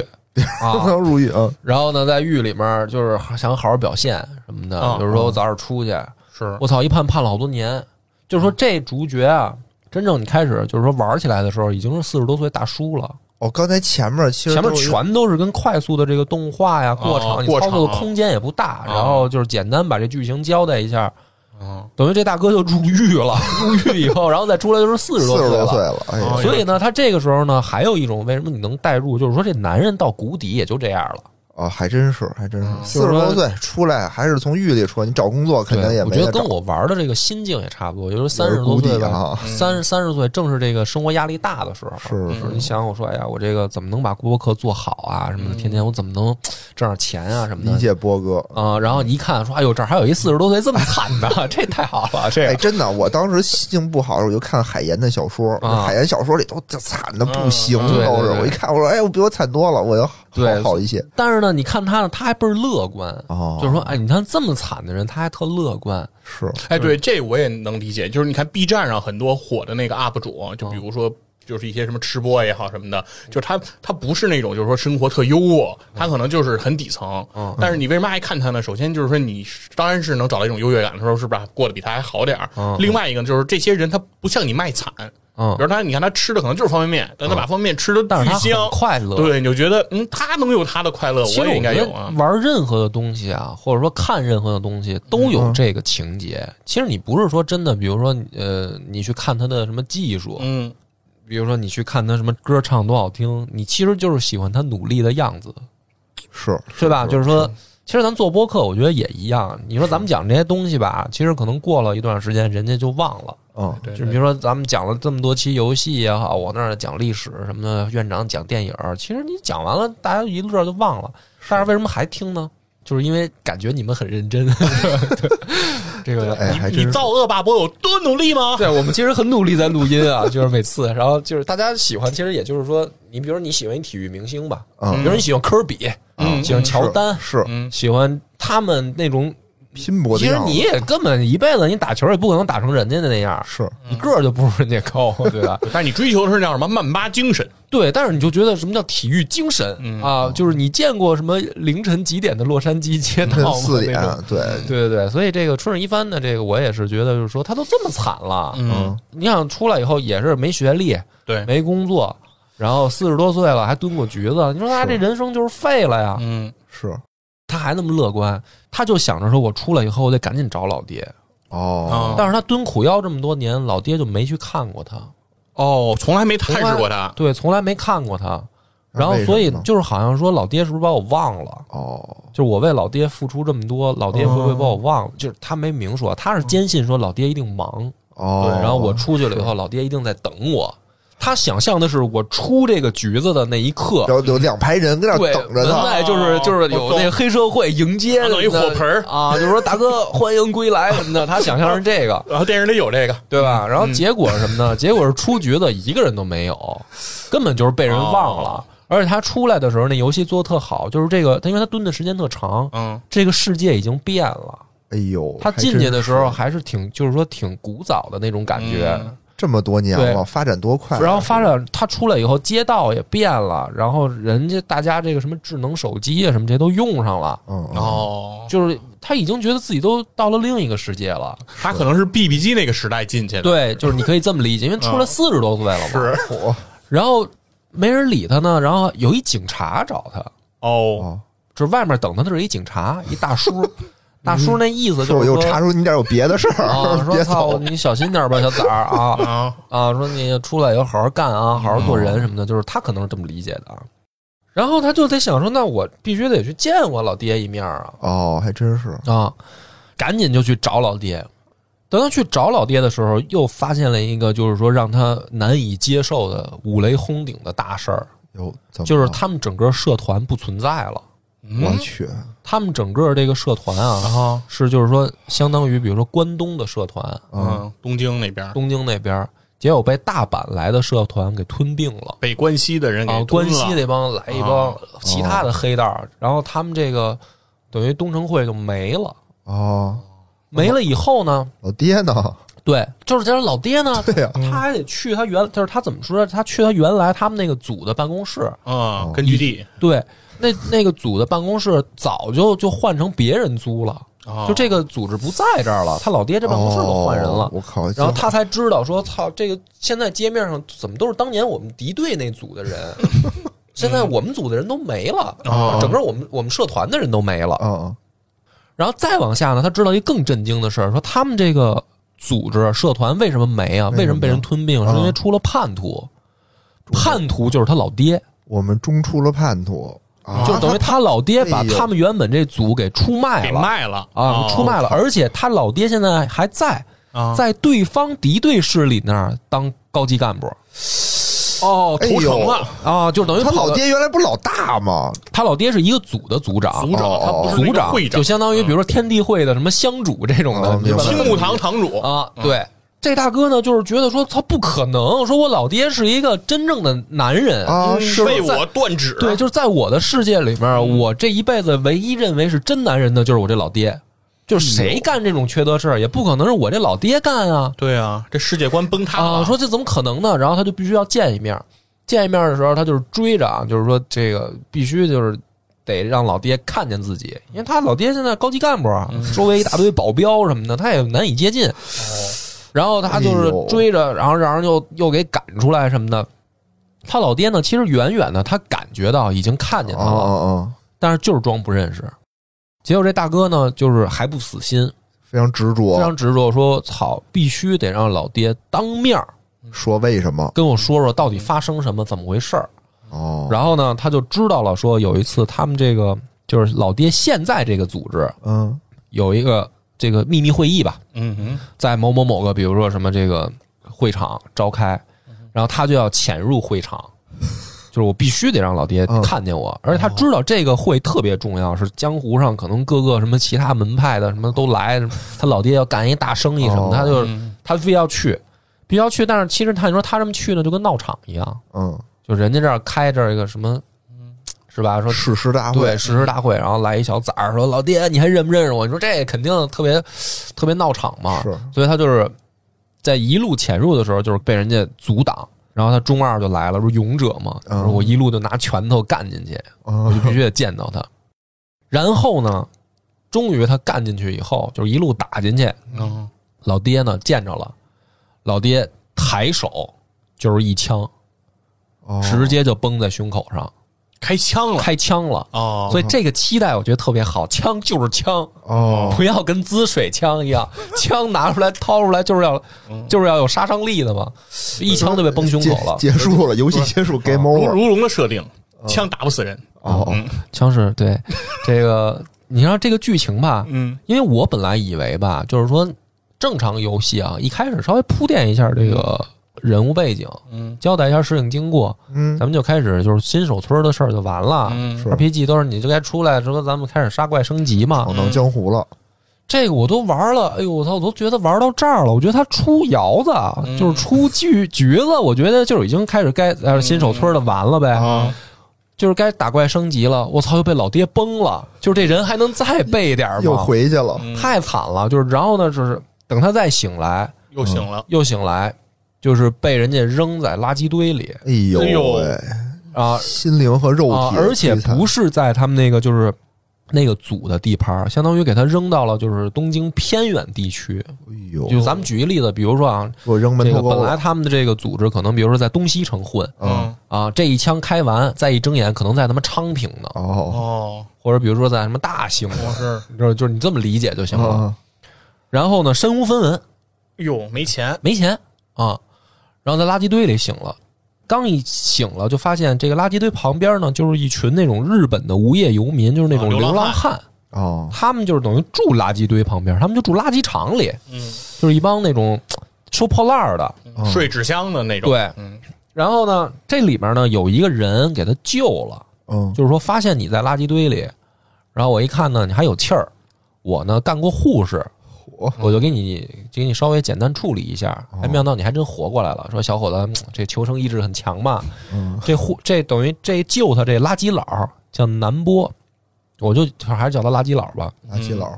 啊，能入狱啊，然后呢，在狱里面就是想好好表现什么的，啊就是说我早点出去。是我操，一判判了好多年，就是说这主角啊，真正你开始就是说玩起来的时候，已经是四十多岁大叔了，哦，刚才前面其实前面都是全都是跟快速的这个动画呀、过哦场，你过操作的场空间也不大，然后就是简单把这剧情交代一下，嗯等于这大哥就入狱了，入狱以后，然后再出来就是四四十十多岁多了岁。了，哎呀哦，所以呢，他这个时候呢，还有一种为什么你能代入，就是说这男人到谷底也就这样了。哦，还真是，还真是，四就是十说多岁出来还是从狱里出来，你找工作肯定对，也我没觉得得跟找，我玩的这个心境也差不多，就是三有十人多谷岁底吧，啊，三十三十岁正是这个生活压力大的时候。是就是你想，我说，哎呀，我这个怎么能把播客做好啊？什么的，嗯天天我怎么能挣点钱啊？什么理的解波哥。啊、然后一看说，哎呦，这儿还有一四十多岁这么惨的， 这太好了，这哎，个真的，我当时心情不好的时候，我就看海岩的小说，啊海岩小说里都这惨的不行，嗯嗯对都是对对我一看，我说，哎，我比我惨多了，我要对好好一些。但是呢，你看他呢，他还倍儿乐观，哦就是说，哎，你看这么惨的人，他还特乐观，是哎，对，这我也能理解。就是你看 B 站上很多火的那个 UP 主，啊就比嗯如说。就是一些什么吃播也好什么的，就是他他不是那种就是说生活特优渥，他可能就是很底层。嗯但是你为什么爱看他呢？首先就是说你当然是能找到一种优越感的时候，是不是过得比他还好点儿？嗯另外一个就是这些人他不向你卖惨，嗯比，如他你看他吃的可能就是方便面，但他把方便面吃的但是巨他香很，快乐，对，你就觉得嗯，他能有他的快乐，其实我也应该觉有得啊。玩任何的东西啊，或者说看任何的东西，都有这个情节。其实你不是说真的，比如说呃，你去看他的什么技术，嗯，比如说你去看他什么歌唱多好听，你其实就是喜欢他努力的样子，是，对吧？就是是说，其实咱做播客，我觉得也一样。你说咱们讲这些东西吧，其实可能过了一段时间，人家就忘了。嗯，对就比如说，咱们讲了这么多期游戏也好，我那儿讲历史什么的，院长讲电影儿，其实你讲完了，大家一乐就忘了。但是为什么还听呢？就是因为感觉你们很认真。 对这个，哎，还你真是造恶霸波有多努力吗？ 对我们其实很努力在录音啊，就是每次，然后就是大家喜欢，其实也就是说，你比如说你喜欢一体育明星吧，比嗯，如你喜欢科比，嗯喜欢乔丹，是嗯喜欢他们那种，拼搏的其实样子你，也根本一辈子你打球也不可能打成人家的那样，是你个儿就不如人家高，对吧？但是你追求的是叫什么曼巴精神？对，但是你就觉得什么叫体育精神、嗯啊？就是你见过什么凌晨几点的洛杉矶街道吗？嗯四点那种，嗯对，对对对，所以这个春日一番的这个，我也是觉得，就是说他都这么惨了，嗯，你想出来以后也是没学历、对，没工作，然后四十多岁了还蹲过局子，你说他是这人生就是废了呀？嗯，是啊他还那么乐观，他就想着说我出来以后我得赶紧找老爹，哦啊，但是他蹲苦腰这么多年，老爹就没去看过他，哦，从来没探视过他。对，从来没看过他。然后为，什所以么呢就是好像说，老爹是不是把我忘了？哦，就是我为老爹付出这么多，老爹会不会把我忘了？就是他没明说，他是坚信说老爹一定忙，哦，然后我出去了以后，老爹一定在等我。他想象的是我出这个局子的那一刻，然后有两排人跟那对嗯儿等着门呢，外就是哦就是有那个黑社会迎接我懂的弄一火盆儿啊，就是说大哥欢迎归来什么的，他想象是这 个，然啊后电视里有这个，对吧？然后结果是什么 呢？结果是出局子一个人都没有，根本就是被人忘了哦。而且他出来的时候，那游戏做的特好，就是这个，他因为他蹲的时间特长，嗯，这个世界已经变了。哎呦，他还真进去的时是候还是挺，就是说挺古早的那种感觉。嗯这么多年对了，发展多快啊，然后发展，他出来以后，街道也变了，然后人家大家这个什么智能手机啊，什么这些都用上了，嗯，嗯哦，就是他已经觉得自己都到了另一个世界了。他可能是 BB 机那个时代进去的。，对，就是你可以这么理解，因为出了四十多岁了 嘛。是火然后没人理他呢，然后有一警察找他，哦，哦，就是外面等他的是一警察，一大 叔，大叔那意思是就我是又说查出你点有别的事啊，儿，说别操，走，你小心点吧，小崽儿啊啊，啊，说你出来以后好好干啊，好好做嗯人什么的，就是他可能是这么理解的啊。然后他就在想说，那我必须得去见我老爹一面啊哦，还真是，啊，赶紧就去找老爹。等他去找老爹的时候，又发现了一个就是说让他难以接受的五雷轰顶的大事儿，有怎么就是了他们整个社团不存在了。我嗯，去，他们整个这个社团然啊，后是就是说，相当于比如说关东的社团，嗯，嗯，东京那边东京那边，结果被大阪来的社团给吞并了被关西的人啊给，关西的那帮来一帮其他的黑道，然后他们这个等于东城会就没了。哦，没了以后呢，老爹呢？对，就是这人老爹呢，嗯对啊 呀、他还得去他原，就是他怎么说，他去他原来他们那个组的办公室，哦啊，根据地对，那那个组的办公室早就就换成别人租了，啊，就这个组织不在这儿了，他老爹这办公室都换人了。哦我靠！然后他才知道说，操，这个现在街面上怎么都是当年我们敌对那组的人，现在我们组的人都没了，哦整个我们我们社团的人都没了。啊然后再往下呢，他知道一更震惊的事儿，说他们这个组织社团为什么没啊？为为什么什么被人吞并？啊是因为出了叛徒，叛徒就是他老爹，我们中出了叛徒啊，就是等于他老爹把哎呦他们原本这组给出卖给了卖了啊，哦出卖了，而且他老爹现在还在。啊，在对方敌对势力那儿当高级干部。哦哎呦投诚了，啊，就等于他跑老到，爹原来不是老大吗？他老爹是一个组的组长，啊组长哦他不是那组个长会长，就相当于比如说天地会的什么乡主这种的哦，你就把他青木堂堂主啊，对。这大哥呢，就是觉得说他不可能，说我老爹是一个真正的男人啊嗯是被在我断指，对，就是在我的世界里嗯面，我这一辈子唯一认为是真男人的就是我这老爹，就是哎谁干这种缺德事儿，也不可能是我这老爹干啊。对啊，这世界观崩塌啊，了，说这怎么可能呢？然后他就必须要见一面儿，见一面儿的时候，他就是追着啊，就是说这个必须就是得让老爹看见自己，因为他老爹现在高级干部啊，周围一大堆保镖什么的，他也难以接近。然后他就哎是呦追着，然后让人又又给赶出来什么的。他老爹呢，其实远远的他感觉到已经看见啊他了，啊啊！但是就是装不认识。结果这大哥呢，就是还不死心，非常执非着，常执着说：“操，必须得让老爹当面儿说为什么？跟我说说到底发生什么，怎么回事儿。哦，然后呢，他就知道了，说有一次他们这个就是老爹现在这个组织嗯有一个这个秘密会议吧，嗯嗯在某某某个比如说什么这个会场召开，嗯然后他就要潜入会场。就是我必须得让老爹嗯看见我，而且他知道这个会特别重要，是江湖上可能各个什么其他门派的什么都来，什么他老爹要干一大生意什么哦的，他就是嗯，他非要去，必须要去。但是其实他你说他这么去呢，就跟闹场一样，嗯，就人家这儿开这儿一个什么，是吧？说誓师大对会，嗯实施大会，然后来一小崽儿说：“老爹，你还认不认识我？”你说这肯定特别特别闹场嘛。是所以他就是在一路潜入的时候，就是被人家阻挡。然后他中二就来了，说勇者嘛，嗯说我一路就拿拳头干进去，我就啊必须得见到他。然后呢，终于他干进去以后，就是一路打进去，嗯老爹呢见着了，老爹抬手就是一枪，哦直接就崩在胸口上，开枪了开枪了。哦，所以这个期待我觉得特别好，枪就是枪，哦不要跟滋水枪一样，枪拿出来掏出来就是要就是要有杀伤力的嘛，一枪就被崩胸口 了。啊结结束了，游戏结束，game 如 over 如龙的设定，嗯枪打不死人，哦，枪是对这个，你让这个剧情吧，嗯因为我本来以为吧，就是说正常游戏啊，一开始稍微铺垫一下这个人物背景，嗯交代一下事情经过，嗯咱们就开始就是新手村的事儿就完了。嗯，是 RPG 都是你就该出来说咱们开始杀怪升级嘛，闯荡江湖了，这个我都玩了，哎呦我操，我都觉得玩到这儿了。我觉得他出窑子啊，嗯就是出橘橘子，我觉得就是已经开始该呃新手村的完了呗，啊就是该打怪升级了。我操，又被老爹崩了，就是这人还能再背点儿又吗？回去了，嗯太惨了，就是然后呢，就是等他再醒来，又醒了，又醒来，就是被人家扔在垃圾堆里哎呦哎呦喂，啊心灵和肉啊体，的而且摧残不是在他们那个就是。那个组的地盘儿，相当于给他扔到了就是东京偏远地区。哎呦，就咱们举一例子，比如说啊，给我扔门这头个沟啊本来了，他们的这个组织可能，比如说在东西城混嗯嗯啊，这一枪开完，再一睁眼，可能在他妈昌平呢，哦，哦，或者比如说在什么大兴呢，我是你知道，就是你这么理解就行了。嗯然后呢，身无分文，哟没钱，没钱啊，然后在垃圾堆里醒了。刚一醒了，就发现这个垃圾堆旁边呢，就是一群那种日本的无业游民，就是那种啊流浪流浪汉，哦，他们就是等于住垃圾堆旁边，他们就住垃圾场里，嗯，就是一帮那种收破烂儿的，嗯睡纸箱的那种，对嗯然后呢，这里面呢有一个人给他救了，嗯就是说发现你在垃圾堆里，然后我一看呢，你还有气儿，我呢干过护士，我我就给你就给你稍微简单处理一下，哎，没想到你还真活过来了。说小伙子，嗯这求生意志很强嘛， 嗯这护这等于这救他这垃圾佬叫南波，我就还是叫他垃圾佬吧。垃圾佬，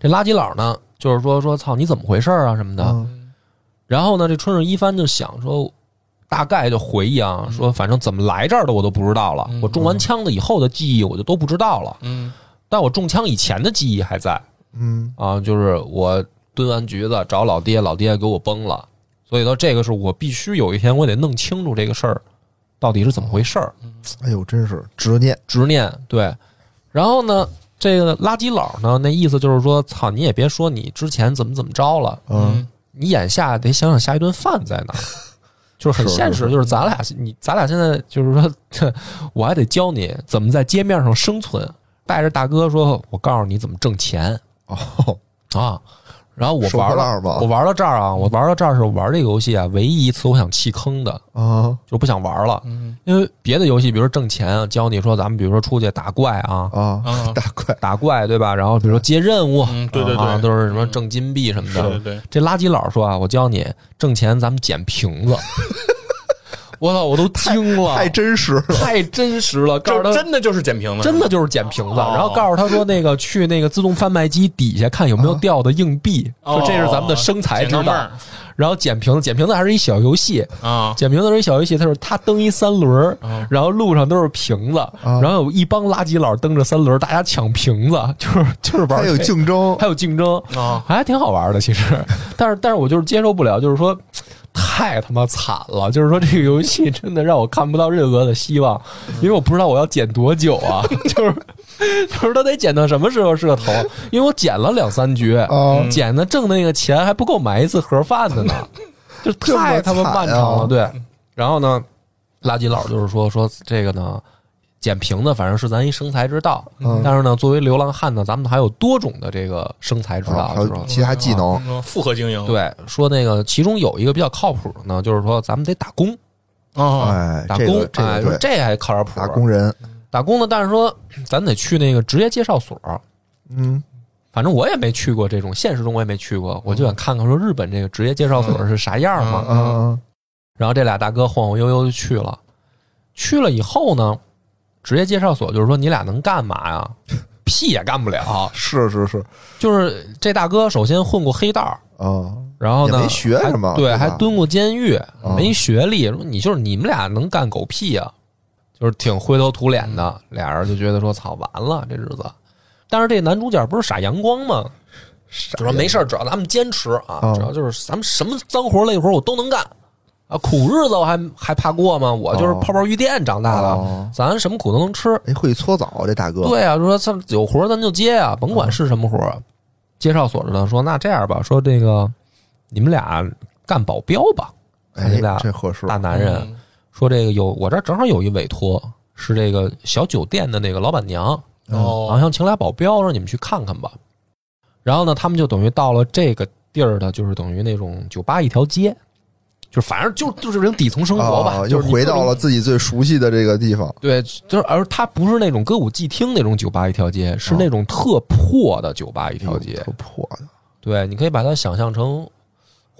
这垃圾佬呢，就是说说操你怎么回事儿啊什么的。嗯然后呢，这春日一番就想说，大概就回忆啊，说反正怎么来这儿的我都不知道了。嗯我中完枪的以后的记忆我就都不知道了，嗯但我中枪以前的记忆还在嗯啊，就是我蹲完橘子找老爹，老爹给我崩了。所以说，这个是我必须有一天我得弄清楚这个事儿到底是怎么回事儿。嗯哎呦，真是执念，执念，对。然后呢，这个垃圾佬呢，那意思就是说，操，你也别说你之前怎么怎么着了，嗯，你眼下得想想下一顿饭在哪儿，就是很是现是实。就是咱俩，你咱俩现在就是说，这我还得教你怎么在街面上生存。带着大哥说，我告诉你怎么挣钱哦， 啊。然后我收玩破了，烂吧我，玩到这儿啊，我玩到这儿是玩这个游戏啊，唯一一次我想弃坑的，啊就不想玩了。嗯因为别的游戏，比如说挣钱啊，教你说咱们比如说出去打怪啊，啊，啊，大怪，打怪对吧？然后比如说接任务，嗯对对对啊，都是什么挣金币什么对对的。对，这垃圾佬说啊，我教你挣钱，咱们捡瓶子。 我操，我都惊了，太真实了，太真实了，告诉就他。真的就是捡瓶子，真的就是捡瓶子，哦然后告诉他说那个去那个自动贩卖机底下看有没有掉的硬币，哦说这是咱们的生财之捡到妹道儿。然后捡瓶子，捡瓶子还是一小游戏，啊，捡瓶子是一小游戏，他说他蹬一三轮儿哦，然后路上都是瓶子，啊然后有一帮垃圾佬蹬着三轮儿，大家抢瓶子，就是就是玩还有这竞争，还有竞争哦还挺好玩的其实，但是但是我就是接受不了，就是说太他妈惨了，就是说这个游戏真的让我看不到任何的希望，因为我不知道我要剪多久啊， 就是就是他得剪到什么时候是个头，因为我剪了两三局，啊，哦捡的挣那个钱还不够买一次盒饭 的呢，就太他妈漫长了。这么惨啊对，然后呢，垃圾佬就是说说这个呢，捡瓶子反正是咱一生财之道，嗯但是呢，作为流浪汉呢，咱们还有多种的这个生财之道，啊还就是有说其他技能，嗯复合经营，对，说那个其中有一个比较靠谱的呢，就是说咱们得打工，啊，哎，嗯打这工个，这哎，说个对，这还靠点谱。打工人，打工呢，但是说咱得去那个职业介绍所，嗯，反正我也没去过这种，现实中我也没去过，我就想看看说日本这个职业介绍所是啥样嘛。嗯嗯然后这俩大哥晃晃悠悠就去了，去了以后呢，职业介绍所就是说你俩能干嘛呀？屁也干不了。是是是，就是这大哥首先混过黑道儿，啊，然后呢也没学什么还对，对吧还蹲过监狱，嗯没学历。说你就是你们俩能干狗屁呀、就是挺灰头土脸的。嗯俩人就觉得说操，完了这日子。但是这男主角不是傻阳光吗？就说没事儿，只要咱们坚持啊，嗯只要就是咱们什么脏活累活我都能干啊，苦日子我还还怕过吗？我就是哦泡泡浴店长大的哦，咱什么苦都能吃。哎，会搓澡这大哥，对啊，就说咱有活儿咱就接啊，甭管是什么活嗯儿。介绍所的呢说，那这样吧，说这个你们俩干保镖吧，看哎你俩，这合适，大男人、嗯说这个有我这儿正好有一委托，是这个小酒店的那个老板娘，好哦，像请俩保镖，让你们去看看吧。然后呢，他们就等于到了这个地儿的，就是等于那种酒吧一条街，就是反正就就是这种底层生活吧，啊就又是你回各种到了自己最熟悉的这个地方，对，就是而它不是那种歌舞伎厅那种酒吧一条街，是哦那种特破的酒吧一条哎街呦。特破的，对，你可以把它想象成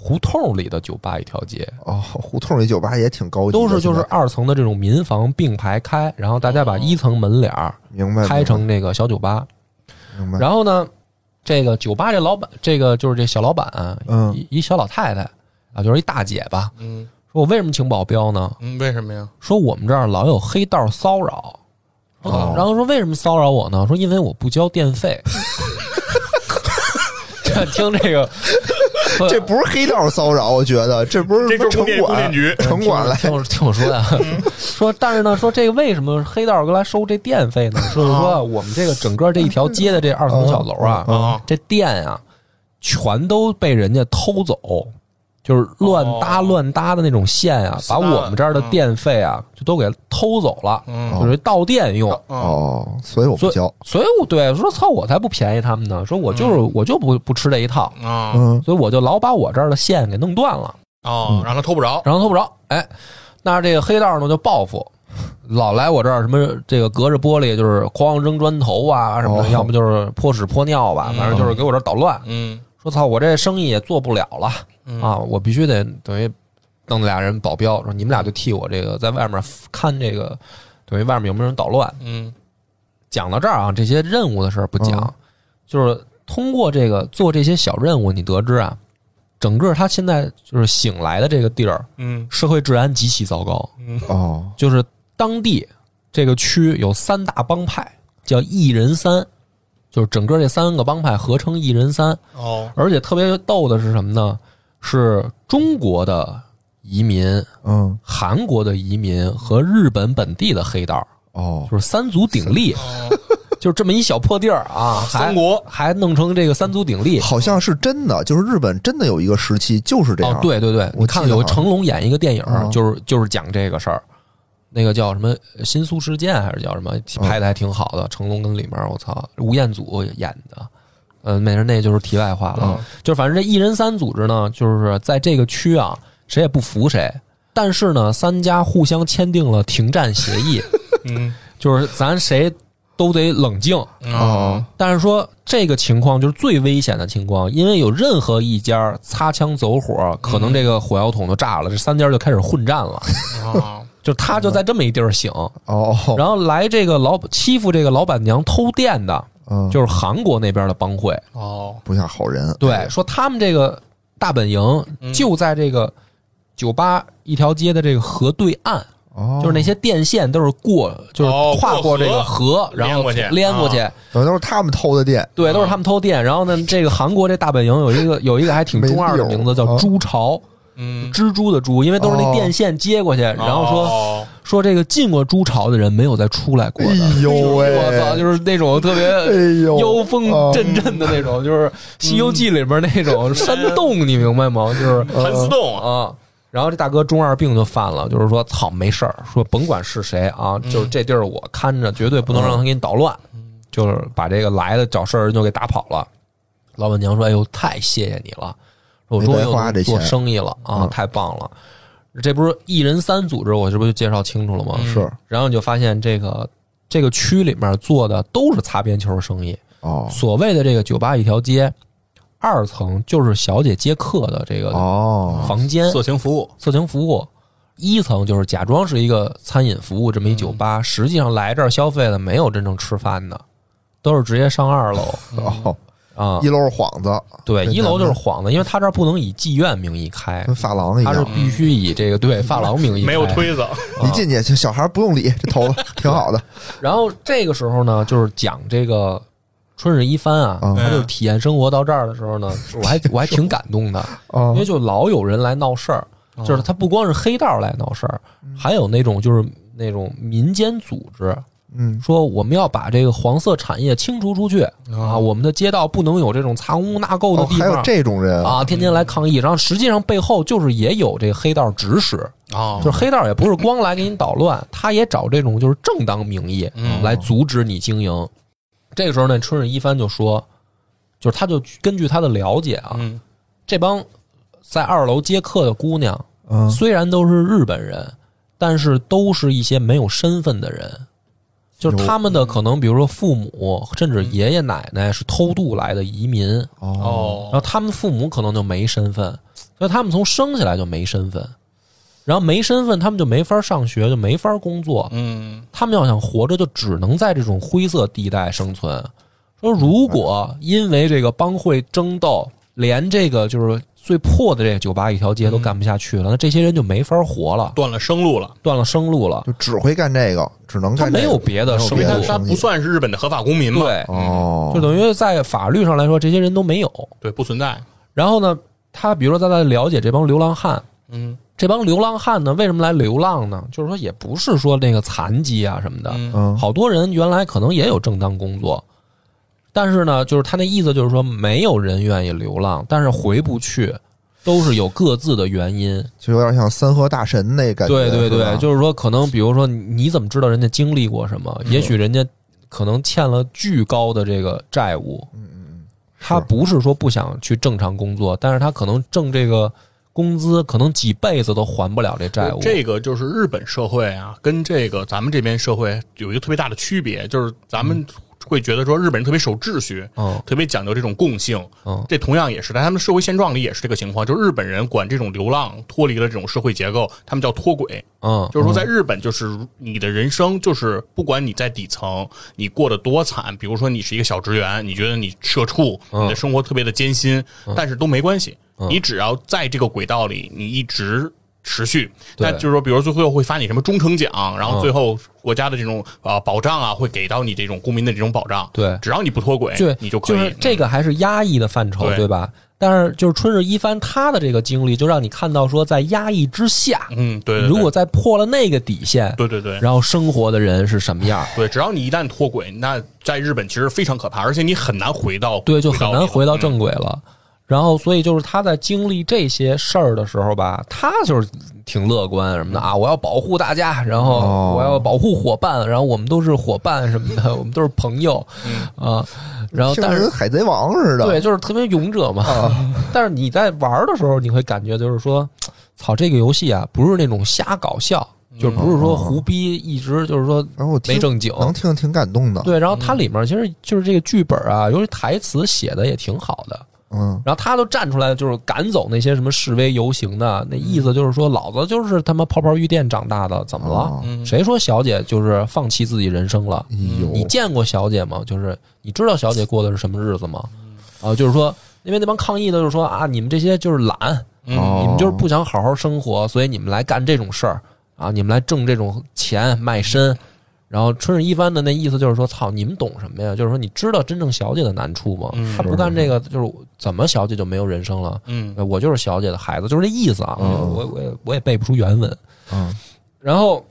胡同里的酒吧一条街，哦，胡同里酒吧也挺高级的，都是就是现在哦二层的这种民房并排开，然后大家把一层门脸儿明白开成这个小酒吧。明白，然后呢，这个酒吧这老板，这个就是这小老板啊，嗯一一小老太太啊，就是一大姐吧，嗯说我为什么请保镖呢？嗯，为什么呀？说我们这儿老有黑道骚扰，哦然后说为什么骚扰我呢？说因为我不交电费。这听这个，这不是黑道骚扰，我觉得这不是这什么就是城供电供电管局城管来听我听我说呀，说但是呢，说这个为什么黑道过来收这电费呢？就是说我们这个整个这一条街的这二层小楼嗯啊，啊，这电啊，全都被人家偷走，就是乱搭哦乱搭的那种线哦啊，把搭我们这儿的嗯电费啊，就都给偷走了，嗯就是到店用。哦，哦，所以我不所以交，所以我对说操，我才不便宜他们呢。说我就是、我就不不吃这一套，啊嗯所以我就老把我这儿的线给弄断了，哦，让他偷不着，然后偷不着。哎，那这个黑道呢就报复，老来我这儿什么这个隔着玻璃就是哐扔砖头啊什么的，哦要么就是泼屎泼尿吧，反正就是给我这儿捣乱。嗯说操，我这生意也做不了了、嗯啊，我必须得等于弄俩人保镖，说你们俩就替我这个在外面看这个，等于外面有没有人捣乱。嗯讲到这儿啊，这些任务的事儿不讲，嗯就是通过这个做这些小任务，你得知啊，整个他现在就是醒来的这个地儿，嗯社会治安极其糟糕，嗯哦，就是当地这个区有三大帮派，叫一人三，就是整个这三个帮派合称一人三。哦而且特别逗的是什么呢？是中国的移民、嗯，韩国的移民和日本本地的黑道，哦，就是三足鼎立，哦，就是这么一小破地儿啊，还三国还弄成这个三足鼎立。好像是真的，就是日本真的有一个时期就是这样。哦，，对对对，我你看到有记得好像成龙演一个电影，嗯就是就是讲这个事儿，那个叫什么《新宿事件》还是叫什么，拍的还挺好的。嗯成龙跟里面，我操，吴彦祖演的。呃，没事，那就是题外话嗯了。就反正这一人三组织呢，就是在这个区啊，谁也不服谁。但是呢，三家互相签订了停战协议，嗯就是咱谁都得冷静，哦，但是说这个情况就是最危险的情况，因为有任何一家擦枪走火，可能这个火药桶就炸了，这三家就开始混战 了。哦就他就在这么一地儿醒，哦，然后来这个老欺负这个老板娘偷电的，嗯，就是韩国那边的帮会。哦不像好人。对，说他们这个大本营嗯就在这个酒吧一条街的这个河对岸，哦，就是那些电线都是过，就是哦跨过河这个河，然后连过去啊连过去。等于都是他们偷的店。对，都是他们偷电。然后呢，这个韩国这大本营有一 个有一个还挺中二的名字，没叫有“啊猪巢”，嗯，蜘蛛的蛛，因为都是那哦电线接过去，然后说哦说这个进过猪巢的人没有再出来过哎的。呦喂！我操，就是那种特别哎呦，啊妖风阵阵的那种，就是《西游记》里边那嗯种山洞，你明白吗？就是盘丝洞啊，啊。然后这大哥中二病就犯了，就是说，操，没事儿，说甭管是谁啊，嗯就是这地儿我看着，绝对不能让他给你捣乱，就是把这个来的找事儿人就给打跑了。老板娘说：“哎呦，太谢谢你了，说我终于没白花又这做钱生意了啊，嗯太棒了。”这不是一人三组织，我这不就介绍清楚了吗？嗯是然后你就发现这个这个区里面做的都是擦边球生意，哦所谓的这个酒吧一条街，二层就是小姐接客的这个哦房间，色情服务，色情服务。一层就是假装是一个餐饮服务这么一嗯酒吧，实际上来这儿消费的没有真正吃饭的，都是直接上二 楼哦，啊一。楼是幌子，对，跟一楼就是咱们哎幌子，因为他这儿不能以妓院名义开，跟发廊一他是样。必须以这个对发廊名义开。没有推子，一进去，小孩不用理，这头 发挺好的。然后这个时候呢，就是讲这个春日一番啊，嗯他就是体验生活到这儿的时候 呢，我还我还挺感动的，哦因为就老有人来闹事儿，就是他不光是黑道来闹事儿，还有那种就是那种民间组织，嗯，说我们要把这个黄色产业清除出去啊，我们的街道不能有这种藏污纳垢的哦，地还有方。这种人啊，天天来抗议，然后实际上背后就是也有这个黑道指使，哦就是黑道也不是光来给你捣乱，他也找这种就是正当名义哦嗯来阻止你经营。这个时候呢，春日一番就说，就是他就根据他的了解啊，嗯这帮在二楼接客的姑娘嗯虽然都是日本人，但是都是一些没有身份的人，就是有他们的可能，比如说父母甚嗯至爷爷奶奶是偷渡来的移民，哦，然后哦他们父母可能就没身份，所以他们从生下来就没身份，然后没身份，他们就没法上学，就没法工作，嗯他们要想活着，就只能在这种灰色地带生存。说如果因为这个帮会争斗，连这个就是最破的这个酒吧一条街都干不下去了，那这些人就没法活了，断了生路了，断了生路了。就只会干这个，只能他干这个。没有别的没有生因别为他的路，他不算是日本的合法公民嘛，对，哦，嗯就等于在法律上来说，这些人都没有。对，不存在，然后呢，他比如说他在了解这帮流浪汉，嗯这帮流浪汉呢，为什么来流浪呢？就是说，也不是说那个残疾啊什么的，嗯嗯好多人原来可能也有正当工作，但是呢，就是他那意思就是说，没有人愿意流浪，但是回不去，都是有各自的原因。就有点像三河大神那感觉。对对是吧对，就是说，可能比如说你，你怎么知道人家经历过什么？也许嗯人家可能欠了巨高的这个债务，嗯嗯他不是说不想去正常工作，但是他可能挣这个工资，可能几辈子都还不了这债务。这个就是日本社会啊，跟这个咱们这边社会有一个特别大的区别，就是咱们会觉得说日本人特别守秩序，嗯特别讲究这种共性，嗯这同样也是在他们社会现状里也是这个情况，就是日本人管这种流浪脱离了这种社会结构，他们叫脱轨，嗯，就是说在日本，就是你的人生就是不管你在底层，你过得多惨，比如说你是一个小职员，你觉得你社畜，嗯你的生活特别的艰辛，但是都没关系嗯，你只要在这个轨道里，你一直。持续，对嗯那就是说，比如最后会发你什么忠诚奖，然后最后国家的这种啊、呃保障啊，会给到你这种公民的这种保障。对只要你不脱轨对，，你就可以。嗯是这个还是压抑的范畴，对对吧？但是就是春日一番他的这个经历，就让你看到说，在压抑之下，嗯，对对对如果再破了那个底线，对对对然后生活的人是什么样儿？对，只要你一旦脱轨，那在日本其实非常可怕，而且你很难回到对，就很轨道里难回到嗯正轨了。然后，所以就是他在经历这些事儿的时候吧，他就是挺乐观什么的啊，我要保护大家，然后哦我要保护伙伴，然后我们都是伙伴什么的，我们都是朋友啊。然后，听哦着但是跟海贼王似的，对，就是特别勇者嘛。 但是你在玩儿的时候，你会感觉就是说，操，这个游戏啊，不是那种瞎搞笑，就是不哦是说胡逼，一直就是说然后我听没正经。能听着挺感动的，对，然后它里面其实就是这个剧本啊，尤其台词写的也挺好的。嗯，然后他都站出来，就是赶走那些什么示威游行的，那意思就是说，老子就是他妈泡泡浴店长大的，怎么了？哦嗯谁说小姐就是放弃自己人生了？哎你呦，见过小姐吗？就是你知道小姐过的是什么日子吗？啊，就是说，因为那帮抗议的就是说啊，你们这些就是懒，哦嗯你们就是不想好好生活，所以你们来干这种事儿啊，你们来挣这种钱卖身。然后春日一番的那意思就是说，操，你们懂什么呀？就是说，你知道真正小姐的难处吗？嗯她不干这个，就是怎么小姐就没有人生了？嗯呃我就是小姐的孩子，就是这意思啊。嗯我我也我也背不出原文。嗯然后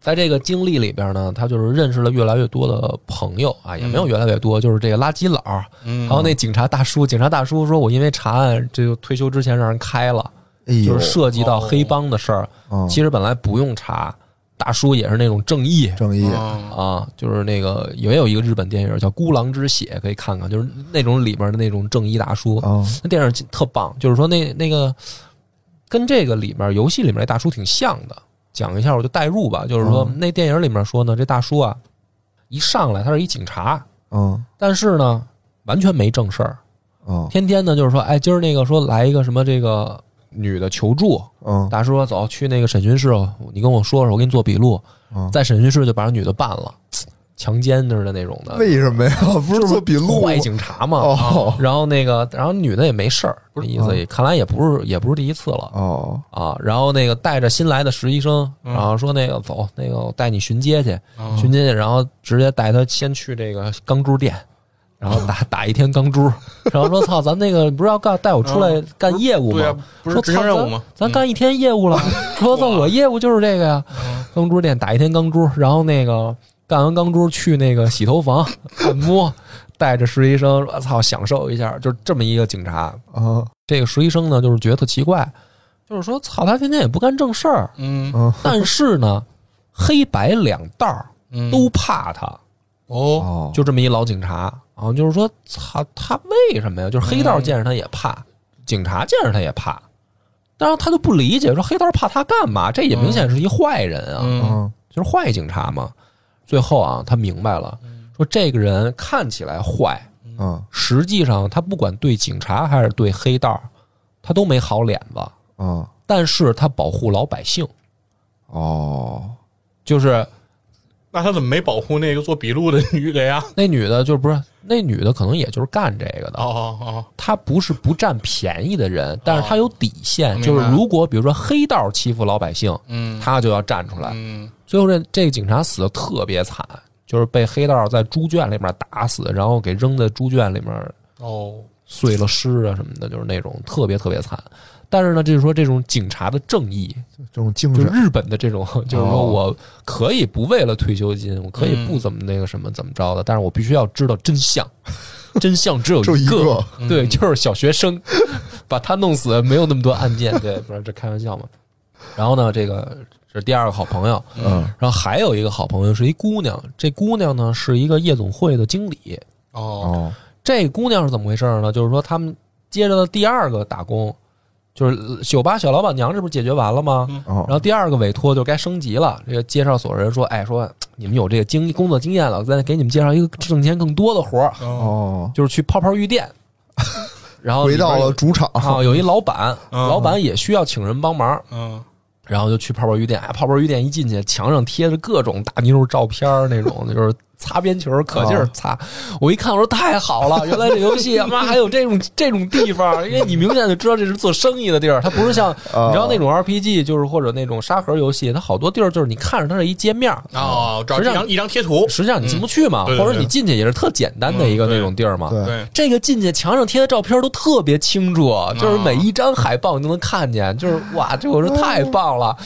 在这个经历里边呢，他就是认识了越来越多的朋友啊，也没有越来越多，就是这个垃圾佬儿，嗯还有那警察大叔。警察大叔说：“我因为查案，这就退休之前让人开了，哎呦就是，涉及到黑帮的事儿。嗯其实本来不用查，大叔也是那种正义。”正义，嗯啊，就是那个也有一个日本电影叫《孤狼之血》，可以看看，就是那种里边的那种正义大叔，啊，那电影特棒，就是说那那个跟这个里面游戏里面那大叔挺像的。讲一下我就代入吧，就是说、嗯那电影里面说呢，这大叔啊一上来他是一警察，嗯但是呢完全没正事儿，嗯天天呢就是说，哎，今儿那个说来一个什么这个女的求助，嗯大叔说走去那个审讯室，你跟我说说，我给你做笔录，嗯，在审讯室就把人女的办了，强奸似的那种的，为什么呀？不是做笔录啊坏警察嘛。哦啊然后那个，然后女的也没事儿，那意思也看来也不是也不是第一次了哦，啊。然后那个带着新来的实习生，嗯然后说那个走，那个我带你巡街去，哦巡街去，然后直接带他先去这个钢珠店。然后 打打一天钢珠，然后说：“操，咱那个不是要干带我出 来干业务对啊吗？不是说执行操任务咱吗咱嗯干一天业务 了。说操，我业务就是这个呀，嗯钢珠店打一天钢珠，然后那个干完钢珠去那个洗头房按摩，带着实习生，我操，享受一下，就是这么一个警察。啊这个实习生呢，就是觉得特奇怪，就是说，操，他天天也不干正事儿，嗯嗯但是呢，黑白两道儿嗯都怕他。哦哦，就这么一老警察啊，就是说，操，他为什么呀？就是黑道嗯见着他也怕，警察见着他也怕，但是他就不理解，说黑道怕他干嘛？这也明显是一坏人啊，嗯嗯就是坏警察嘛。最后啊，他明白了，嗯说这个人看起来坏，嗯实际上他不管对警察还是对黑道，他都没好脸子，嗯但是他保护老百姓，哦，就是那他怎么没保护那个做笔录的女的呀？那女的，就是不是那女的，可能也就是干这个的哦哦他不是不占便宜的人，但是他有底线，明白就是如果比如说黑道欺负老百姓，嗯他就要站出来。嗯最后这这个警察死的特别惨，就是被黑道在猪圈里面打死，然后给扔在猪圈里面哦碎了尸啊什么的，就是那种特别特别惨。但是呢，就是说这种警察的正义，这种精就神日本的这种， 就是说我可以不为了退休金，我可以嗯不怎么那个什么怎么着的，但是我必须要知道真相， 真相只有就一一个个，对，就是小学生 把他弄死，没有那么多案件，对，不是这开玩笑嘛。然后呢，这个是第二个好朋友，哦嗯然后还有一个好朋友是一姑娘，这姑娘呢是一个夜总会的经理。哦哦这姑娘是怎么回事呢？就是说他们接着的第二个打工，就是酒吧小老板娘这不是解决完了吗？哦然后第二个委托就该升级了。这个介绍所人说：“哎，说你们有这个经工作经验了，再给你们介绍一个挣钱更多的活儿，哦，就是去泡泡浴店。”然 后回到了里边主场，有啊，有一老板，嗯老板也需要请人帮忙，嗯，然后就去泡泡浴店。哎，泡泡浴店一进去，墙上贴着各种大妞照片儿那种， 就是擦边球，可哦劲儿擦。我一看，我说太好 了，原来这游戏妈还有这种这种地方，因为你明显就知道这是做生意的地儿，它不是像哦你知道那种 RPG 就是或者那种沙盒游戏，它好多地儿就是你看着它是一界面儿。哦，找一实际张一张贴图，实际上你进不去嘛，嗯对对对或者你进去也是特简单的一个嗯对那种地儿嘛。对对，这个进去墙上贴的照片都特别清楚，就是每一张海报你都能看见，就是哇，这我说太棒了。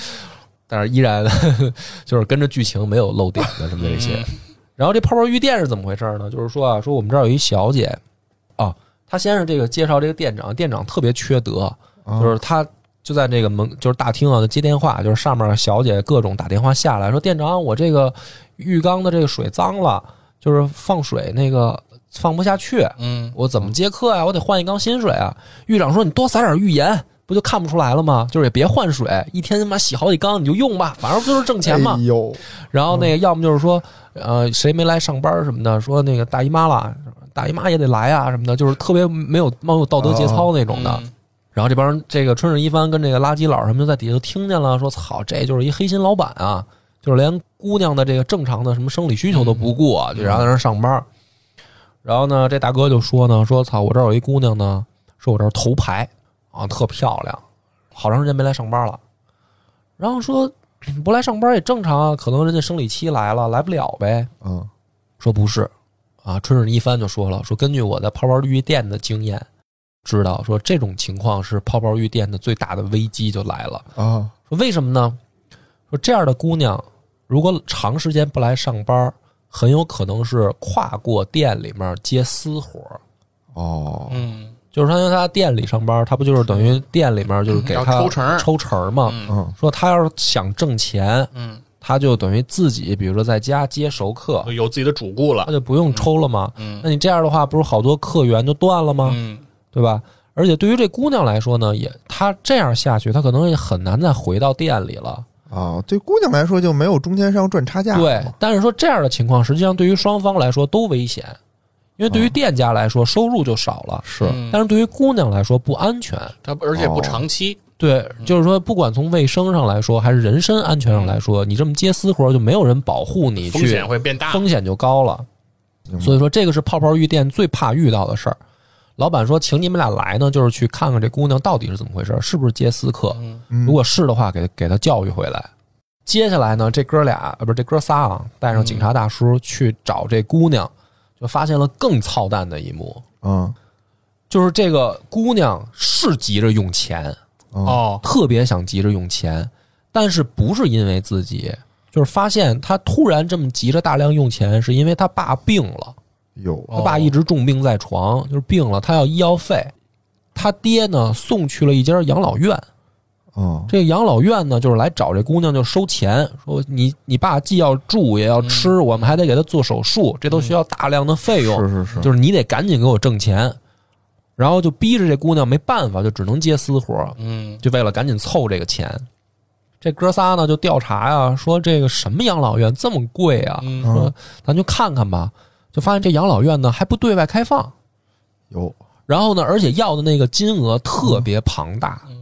但是依然 就是跟着剧情没有漏点的什么这些。然后这泡泡浴店是怎么回事呢？就是说啊，说我们这儿有一小姐啊，她先是这个介绍这个店长，店长特别缺德，啊就是他就在这个门，就是大厅啊，就接电话，就是上面小姐各种打电话下来说，店长，我这个浴缸的这个水脏了，就是放水那个放不下去，嗯我怎么接客呀、我得换一缸新水啊。浴长说，你多撒点浴盐。不就看不出来了吗？就是也别换水，一天他妈洗好几缸你就用吧，反正不就是挣钱嘛哎。呦，然后那个要么就是说，呃，谁没来上班什么的，说那个大姨妈啦，大姨妈也得来啊什么的，就是特别没有没有道德节操那种的。嗯然后这帮人，这个春日一番跟这个垃圾佬什么就在底下就听见了，说操，这就是一黑心老板啊，就是连姑娘的这个正常的什么生理需求都不顾啊，就让她在那儿上班。然后呢，这大哥就说呢，说操，我这儿有一姑娘呢，说我这儿头牌啊，特漂亮，好长时间没来上班了。然后说 不来上班也正常啊，可能人家生理期来了，来不了呗。嗯说不是，啊，春日一番就说了，说根据我在泡泡浴店的经验，知道说这种情况是泡泡浴店的最大的危机就来了。啊，说为什么呢？说这样的姑娘如果长时间不来上班，很有可能是跨过店里面接私活儿。哦，嗯就是说，因为她在店里上班，她不就是等于店里面就是给嗯要她抽成儿抽成儿嘛？嗯嗯说她要是想挣钱，嗯她就等于自己，比如说在家接熟客，嗯，有自己的主顾了她，就不用抽了嘛。嗯那你这样的话，不是好多客源就断了吗？嗯对吧？而且对于这姑娘来说呢，也她这样下去，她可能也很难再回到店里了。啊，对姑娘来说就没有中间商赚差价，对，，但是说这样的情况，实际上对于双方来说都危险，因为对于店家来说收入就少了，是嗯但是对于姑娘来说不安全。他而且不哦长期，对，嗯就是说，不管从卫生上来说，还是人身安全上来说，你这么接私活就没有人保护你去，风险会变大。风险就高了。明白所以说，这个是泡泡浴店最怕遇到的事儿。老板说，请你们俩来呢，就是去看看这姑娘到底是怎么回事，是不是接私客。嗯嗯如果是的话，给给她教育回来。接下来呢，这哥俩呃不是这哥仨啊，带上警察大叔去找这姑娘，就发现了更操蛋的一幕，嗯就是这个姑娘是急着用钱，哦哦，特别想急着用钱，但是不是因为自己，就是发现她突然这么急着大量用钱，是因为她爸病了。有他爸一直重病在床，就是病了，他要医药费。他爹呢送去了一家养老院，嗯这个养老院呢就是来找这姑娘就收钱，说你你爸既要住也要吃，我们还得给他做手术，这都需要大量的费用，嗯是是是，就是你得赶紧给我挣钱。然后就逼着这姑娘没办法，就只能接私活儿，嗯就为了赶紧凑这个钱。这哥仨呢就调查呀、说这个什么养老院这么贵啊？嗯嗯说咱就看看吧，就发现这养老院呢还不对外开放，有然后呢，而且要的那个金额特别庞大，嗯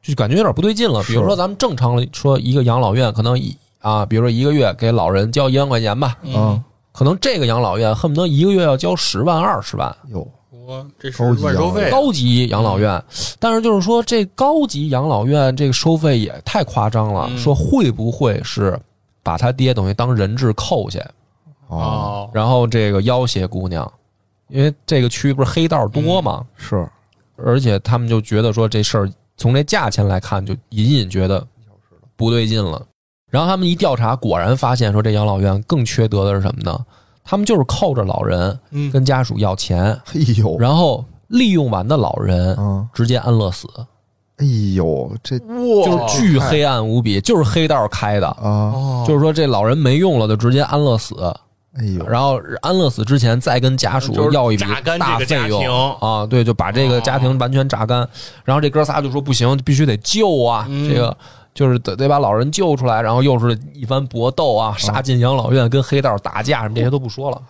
就感觉有点不对劲了。比如是说，咱们正常来说一个养老院可能一啊，比如说一个月给老人交一万块钱吧，嗯嗯，可能这个养老院恨不得一个月要交十万二十万。有我这是高级乱收养老费院啊，高级养老院，但是就是说这高级养老院这个收费也太夸张了，嗯说会不会是把他爹等于当人质扣去，哦哦，然后这个要挟姑娘，因为这个区不是黑道多嗯嘛，是而且他们就觉得说这事儿从这价钱来看，就隐隐觉得不对劲了。然后他们一调查，果然发现说这养老院更缺德的是什么呢？他们就是扣着老人嗯跟家属要钱，哎呦然后利用完的老人嗯直接安乐死，哎呦这就是哇，巨黑哎暗无比，就是黑道开的。啊哦，就是说这老人没用了，就直接安乐死。哎呦，然后安乐死之前再跟家就属是要一笔榨干这大个费家用庭哦啊，对，就把这个家庭完全榨干。然后这哥仨就说不行，必须得救啊，嗯这个就是得得把老人救出来。然后又是一番搏斗啊，嗯杀进养老院，跟黑道打架什么这些都不说了，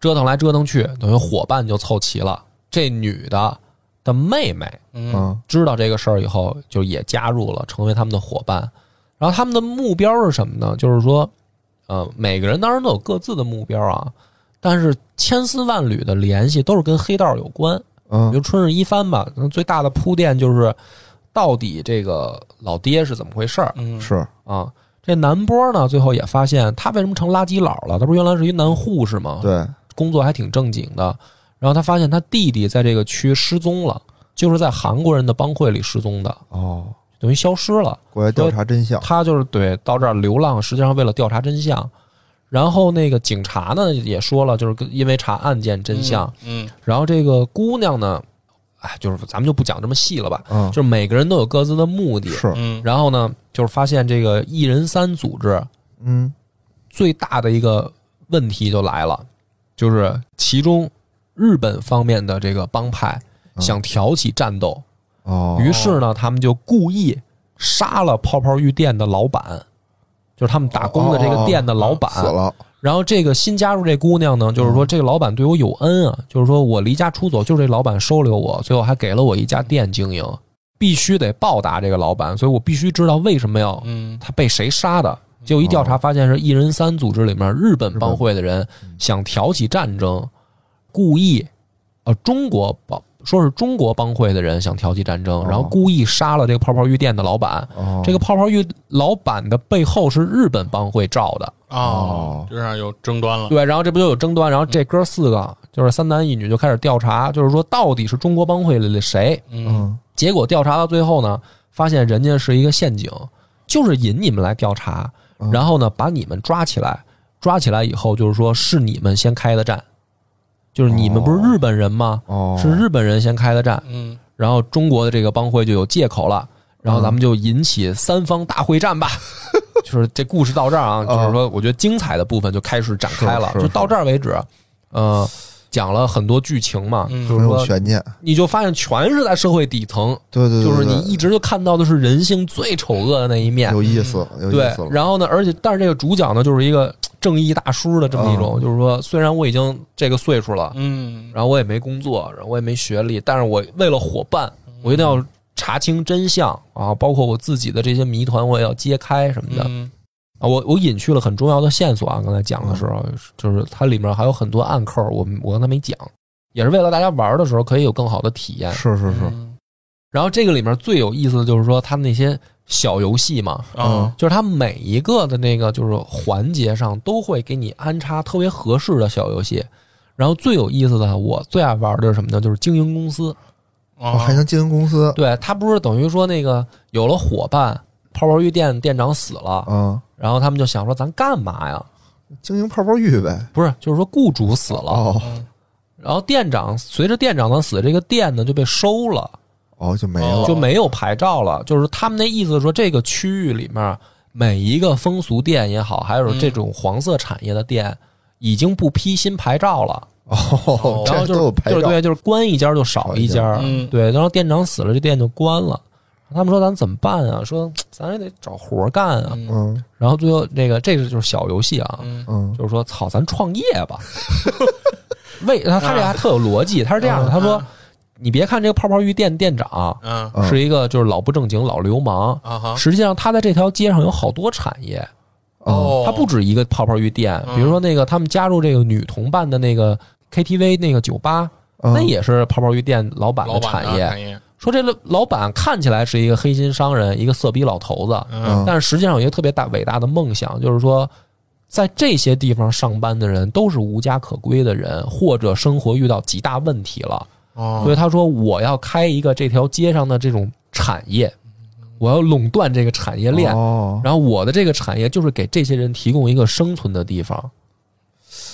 折腾来折腾去，等于伙伴就凑齐了。这女的的妹妹嗯嗯知道这个事儿以后，就也加入了，成为他们的伙伴。然后他们的目标是什么呢？就是说，呃，每个人当然都有各自的目标啊，但是千丝万缕的联系都是跟黑道有关。比嗯如春日一番吧，那最大的铺垫就是到底这个老爹是怎么回事儿嗯，是啊？这南波呢，最后也发现他为什么成垃圾佬了？他不是原来是一男护士吗？对，工作还挺正经的。然后他发现他弟弟在这个区失踪了，就是在韩国人的帮会里失踪的，哦，等于消失了。过来调查真相，他就是对到这儿流浪，实际上为了调查真相。然后那个警察呢也说了，就是跟因为查案件真相。嗯，然后这个姑娘呢，哎，就是咱们就不讲这么细了吧。嗯，就是每个人都有各自的目的。是，嗯然后呢，就是发现这个一人三组织嗯最大的一个问题就来了，就是其中日本方面的这个帮派嗯想挑起战斗，哦，于是呢，他们就故意杀了泡泡浴店的老板，就是他们打工的这个店的老板。哦死了，然后这个新加入这姑娘呢，就是说这个老板对我有恩啊，就是说我离家出走，就是这老板收留我，最后还给了我一家店经营，必须得报答这个老板，所以我必须知道为什么要嗯他被谁杀的。结果一调查发现是一人三组织里面日本帮会的人想挑起战争，故意，呃，中国帮说是中国帮会的人想挑起战争，然后故意杀了这个泡泡浴店的老板。哦，这个泡泡浴老板的背后是日本帮会罩的，哦，就让有争端了，对，然后这不就有争端，然后这哥四个就是三男一女就开始调查，就是说到底是中国帮会里的谁？嗯嗯结果调查到最后呢，发现人家是一个陷阱，就是引你们来调查，嗯然后呢把你们抓起来，抓起来以后就是说是你们先开的战，就是你们不是日本人吗？哦，是日本人先开的战，嗯然后中国的这个帮会就有借口了，然后咱们就引起三方大会战吧。 就是这故事到这儿啊，就是说，我觉得精彩的部分就开始展开了，嗯是是就到这儿为止。呃，讲了很多剧情嘛，嗯就很是有说，悬念，你就发现全是在社会底层，对对，对就是对你一直就看到的是人性最丑恶的那一面。有意思，嗯有对意思，了，然后呢，而且但是这个主角呢，就是一个正义大叔的这么一种，嗯就是说，虽然我已经这个岁数了，嗯然后我也没工作，然后我也没学历，但是我为了伙伴，嗯我一定要查清真相啊！包括我自己的这些谜团，我也要揭开什么的嗯啊！我我隐去了很重要的线索啊！刚才讲的时候，嗯就是它里面还有很多暗扣，我我刚才没讲，也是为了大家玩的时候可以有更好的体验。是是嗯是，嗯然后这个里面最有意思的就是说，它那些小游戏嘛，啊就是它每一个的那个就是环节上都会给你安插特别合适的小游戏。然后最有意思的，我最爱玩的是什么呢？就是经营公司。嗯我哦还能经营公司，对，它不是等于说那个有了伙伴，泡泡浴店店长死了，嗯，然后他们就想说咱干嘛呀？经营泡泡浴呗，不是，就是说雇主死了，哦然后店长随着店长的死，这个店呢就被收了。哦，就没哦了，就没有牌照了。就是他们那意思说，这个区域里面每一个风俗店也好，还有这种黄色产业的店，已经不批新牌照了。哦，然后这就都有是牌对照，对，就是关一家就少一家，少一家嗯对。然后店长死了，这店就关了。他们说咱怎么办啊？说咱也得找活干啊。嗯嗯然后最后那个这个就是小游戏啊，嗯嗯，就是说，操，咱创业吧。为他他这还特有逻辑，他是这样的，他说，你别看这个泡泡浴店店长，啊嗯是一个就是老不正经、老流氓。啊哈实际上，他在这条街上有好多产业，哦他不止一个泡泡浴店，嗯比如说那个他们加入这个女同伴的那个 KTV 那个酒吧，嗯那也是泡泡浴店老板的老板啊哎产业。业，说这个老板看起来是一个黑心商人，一个色逼老头子，啊嗯但是实际上有一个特别大伟大的梦想，就是说，在这些地方上班的人都是无家可归的人，或者生活遇到极大问题了。所哦以他说我要开一个这条街上的这种产业，我要垄断这个产业链，哦，然后我的这个产业就是给这些人提供一个生存的地方。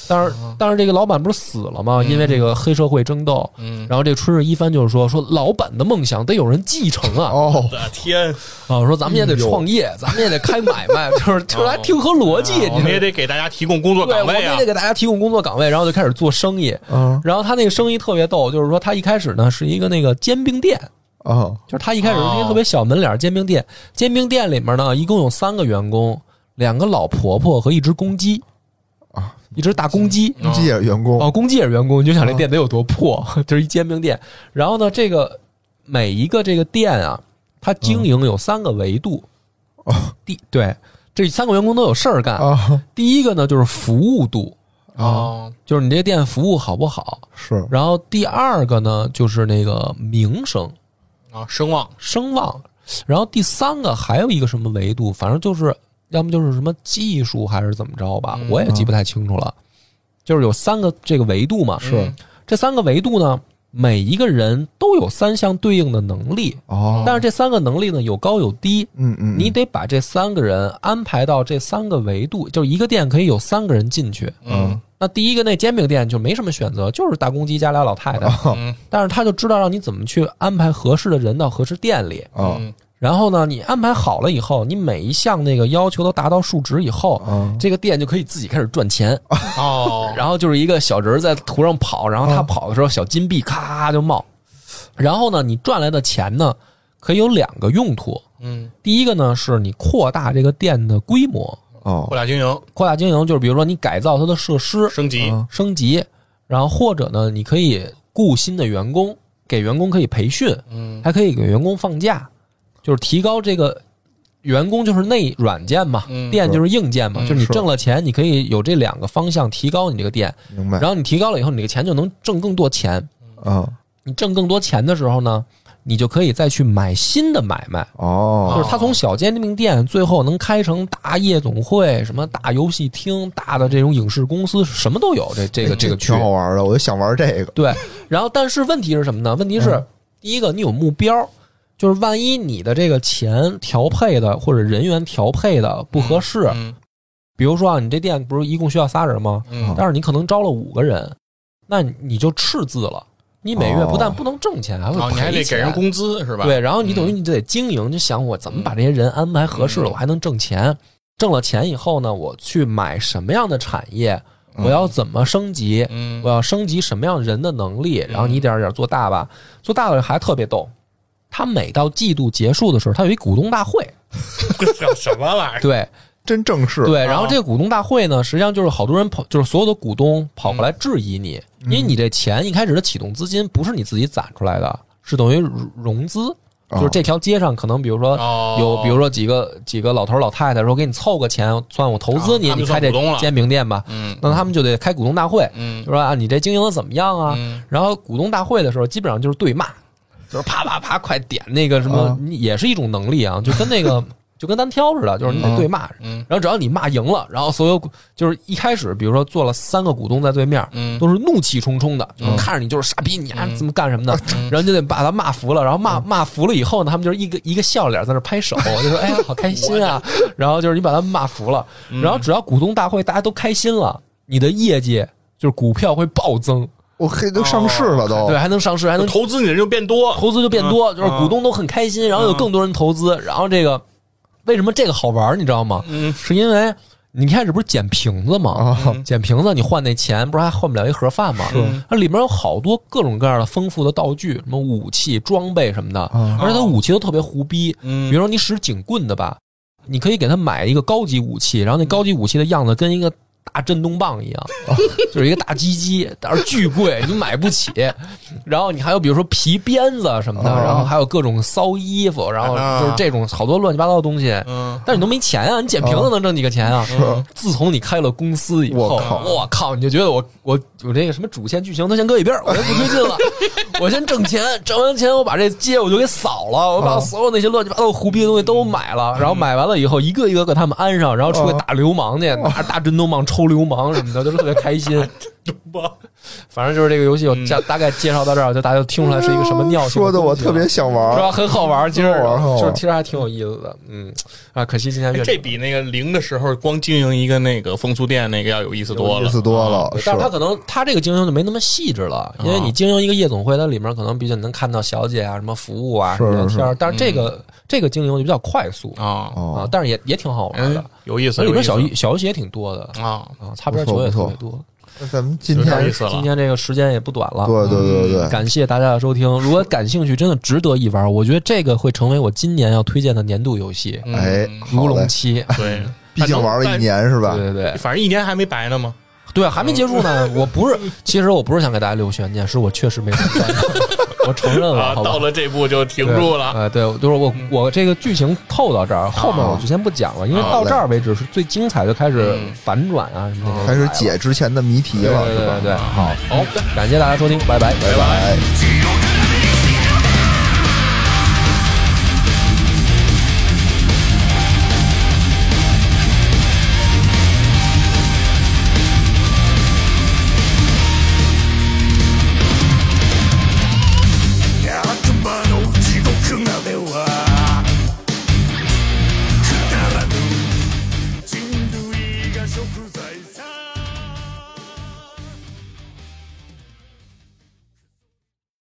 但是但是这个老板不是死了吗？因为这个黑社会争斗，嗯，然后这个春日一番就是说说老板的梦想得有人继承啊哦我，的 天，啊，说咱们也哎得创业，咱们也得开买卖， 就是就是还挺合逻辑，哦我你们知也得给大家提供工作道吗对，岗我位们啊也得。给大家提供工作岗位，然后就开始做生意。嗯然后他那个生意特别逗，就是说他一开始呢是一个那个煎饼店，啊就是他一开始哦是一个特别小门脸儿煎饼店，煎饼店里面呢一共有三个员工，两个老婆婆和一只公鸡啊，一只大公鸡。公鸡也是员工哦，公鸡也是员工，你就想这店得有多破， 就是一煎饼店。然后呢，这个每一个这个店啊，它经营有三个维度。哦第对，这三个员工都有事儿干。啊第一个呢就是服务度，哦，就是你这店服务好不好。是然后第二个呢就是那个名声啊，声望声望。然后第三个还有一个什么维度，反正就是要么就是什么技术还是怎么着吧，嗯我也记不太清楚了。就是有三个这个维度嘛，嗯是这三个维度呢，每一个人都有三项对应的能力，哦，但是这三个能力呢有高有低，嗯嗯，你得把这三个人安排到这三个维度，就是一个店可以有三个人进去。嗯那第一个那煎饼店就没什么选择，就是大公鸡加俩老太太，哦嗯但是他就知道让你怎么去安排合适的人到合适店里。啊嗯然后呢，你安排好了以后，你每一项那个要求都达到数值以后，啊这个店就可以自己开始赚钱。哦， 然后就是一个小人儿在途上跑，然后他跑的时候小金币咔就冒。然后呢，你赚来的钱呢，可以有两个用途。嗯，第一个呢，是你扩大这个店的规模，哦扩大经营扩大经营，就是比如说你改造它的设施升级，啊升级，然后或者呢，你可以雇新的员工，给员工可以培训，嗯还可以给员工放假，就是提高这个员工就是内软件嘛，嗯店就是硬件嘛，嗯就是你是挣了钱，你可以有这两个方向提高你这个店。明白然后你提高了以后，你这个钱就能挣更多钱。啊你挣更多钱的时候呢，你就可以再去买新的买卖。就哦是他从小煎饼店最后能开成大夜总会、什么大游戏厅、大的这种影视公司，什么都有。这这个这个区哎挺好玩的，我就想玩这个对。然后，但是问题是什么呢？问题是嗯第一个，你有目标，就是万一你的这个钱调配的或者人员调配的不合适，嗯比如说啊，你这店不是一共需要仨人吗？嗯但是你可能招了五个人，那你就赤字了。你每月不但不能挣钱，还哦，会你还赔得给人钱。工资是吧？对，然后你等于嗯你就得经营，就想我怎么把这些人安排合适了，嗯我还能挣钱。挣了钱以后呢，我去买什么样的产业？我要怎么升级？嗯我要升级什么样人的能力？然后你一点儿一点儿做大吧，做大了还特别逗。他每到季度结束的时候，他有一股东大会， 叫什么玩意儿？对，真正式啊对，然后这个股东大会呢，实际上就是好多人跑，就是所有的股东跑过来嗯质疑你，因为你这钱一开始的启动资金不是你自己攒出来的，是等于融资，哦就是这条街上可能比如说哦有，比如说几个几个老头老太太说给你凑个钱，算我投资你，啊他们你开算这股东了煎饼店吧，嗯那他们就得开股东大会，嗯就说啊你这经营的怎么样啊？嗯然后股东大会的时候，基本上就是对骂，就是啪啪啪，快点那个什么啊，你也是一种能力啊，就跟那个就跟单挑似的，就是你得对骂。嗯然后只要你骂赢了，然后所有股就是一开始，比如说坐了三个股东在对面，嗯都是怒气冲冲的，就是看着你就是傻逼，你啊还怎么干什么的，嗯然后你就得把他骂服了。然后骂骂服了以后呢，他们就是一个一个笑脸在那拍手，就说哎呀好开心啊。然后就是你把他们骂服了，嗯然后只要股东大会大家都开心了，你的业绩就是股票会暴增。我黑都上市了哦都哦对，还能上市，还能投资你的人就变多，嗯投资就变多，就是股东都很开心，然后有更多人投资，然后这个为什么这个好玩儿，你知道吗？嗯是因为你一开始不是捡瓶子吗？啊捡瓶子你换那钱，不是还换不了一盒饭吗？它里面有好多各种各样的丰富的道具，什么武器、装备什么的，啊而且它武器都特别胡逼。比嗯如说你使警棍的吧，你可以给他买一个高级武器，然后那高级武器的样子跟一个大震动棒一样， 就是一个大鸡鸡，但是巨贵，你买不起。然后你还有比如说皮鞭子什么的，啊然后还有各种骚衣服，然后就是这种好多乱七八糟的东西。嗯但是你都没钱啊，你捡瓶子能挣几个钱啊？自从你开了公司以后，嗯我靠我靠，你就觉得我我我这个什么主线剧情都先搁一边儿，我先不推进了，我先挣钱，挣完钱我把这街我就给扫了，我把啊所有那些乱七八糟胡逼的东西都买嗯了，然后买完了以后一个一个给他们安上，然后出去啊嗯 打流氓去，拿着大震动棒抽流氓什么的，就是特别开心。懂吧？反正就是这个游戏，我大大概介绍到这儿，就大家就听出来是一个什么尿性嗯说的的我东西了啊特别想是玩，吧？很好玩儿，其实很好玩很好玩就是其实还挺有意思的，嗯啊，可惜今年哎月这比那个零的时候光经营一个那个风俗店那个要有意思多意了思。多了，啊但是他是啊可能他这个经营就没那么细致了，因为你经营一个夜总会，它里面可能比较能看到小姐啊、什么服务啊、是什么聊天儿是，但是这个嗯这个经营就比较快速啊，啊哦，，但是也也挺好玩的嗯，，有意思。所以里有意面思小小游戏也挺多的啊，啊，擦边球也特别多。那咱们今有点天意思今了。天这个时间也不短了，啊对对对对对，嗯感谢大家的收听。如果感兴趣，真的值得一玩。我觉得这个会成为我今年要推荐的年度游戏嗯哎， 《好如嘞龙，七》。对， 毕竟玩了一年是吧对？对对反正一年还没白呢嘛。对，还没结束呢。我不是，其实我不是想给大家留悬念，是我确实没时间，我承认了，啊，哦好吧到。了这步就停住了。嗯呃，对，就是我我这个剧情透到这儿，后啊面我就先不讲了，因为到这儿为止是最精彩，就开始嗯反转啊什么的，开始解之前的谜题对了对是吧对？对，好，好，感谢大家收听，拜拜拜拜。悪魔の地獄までは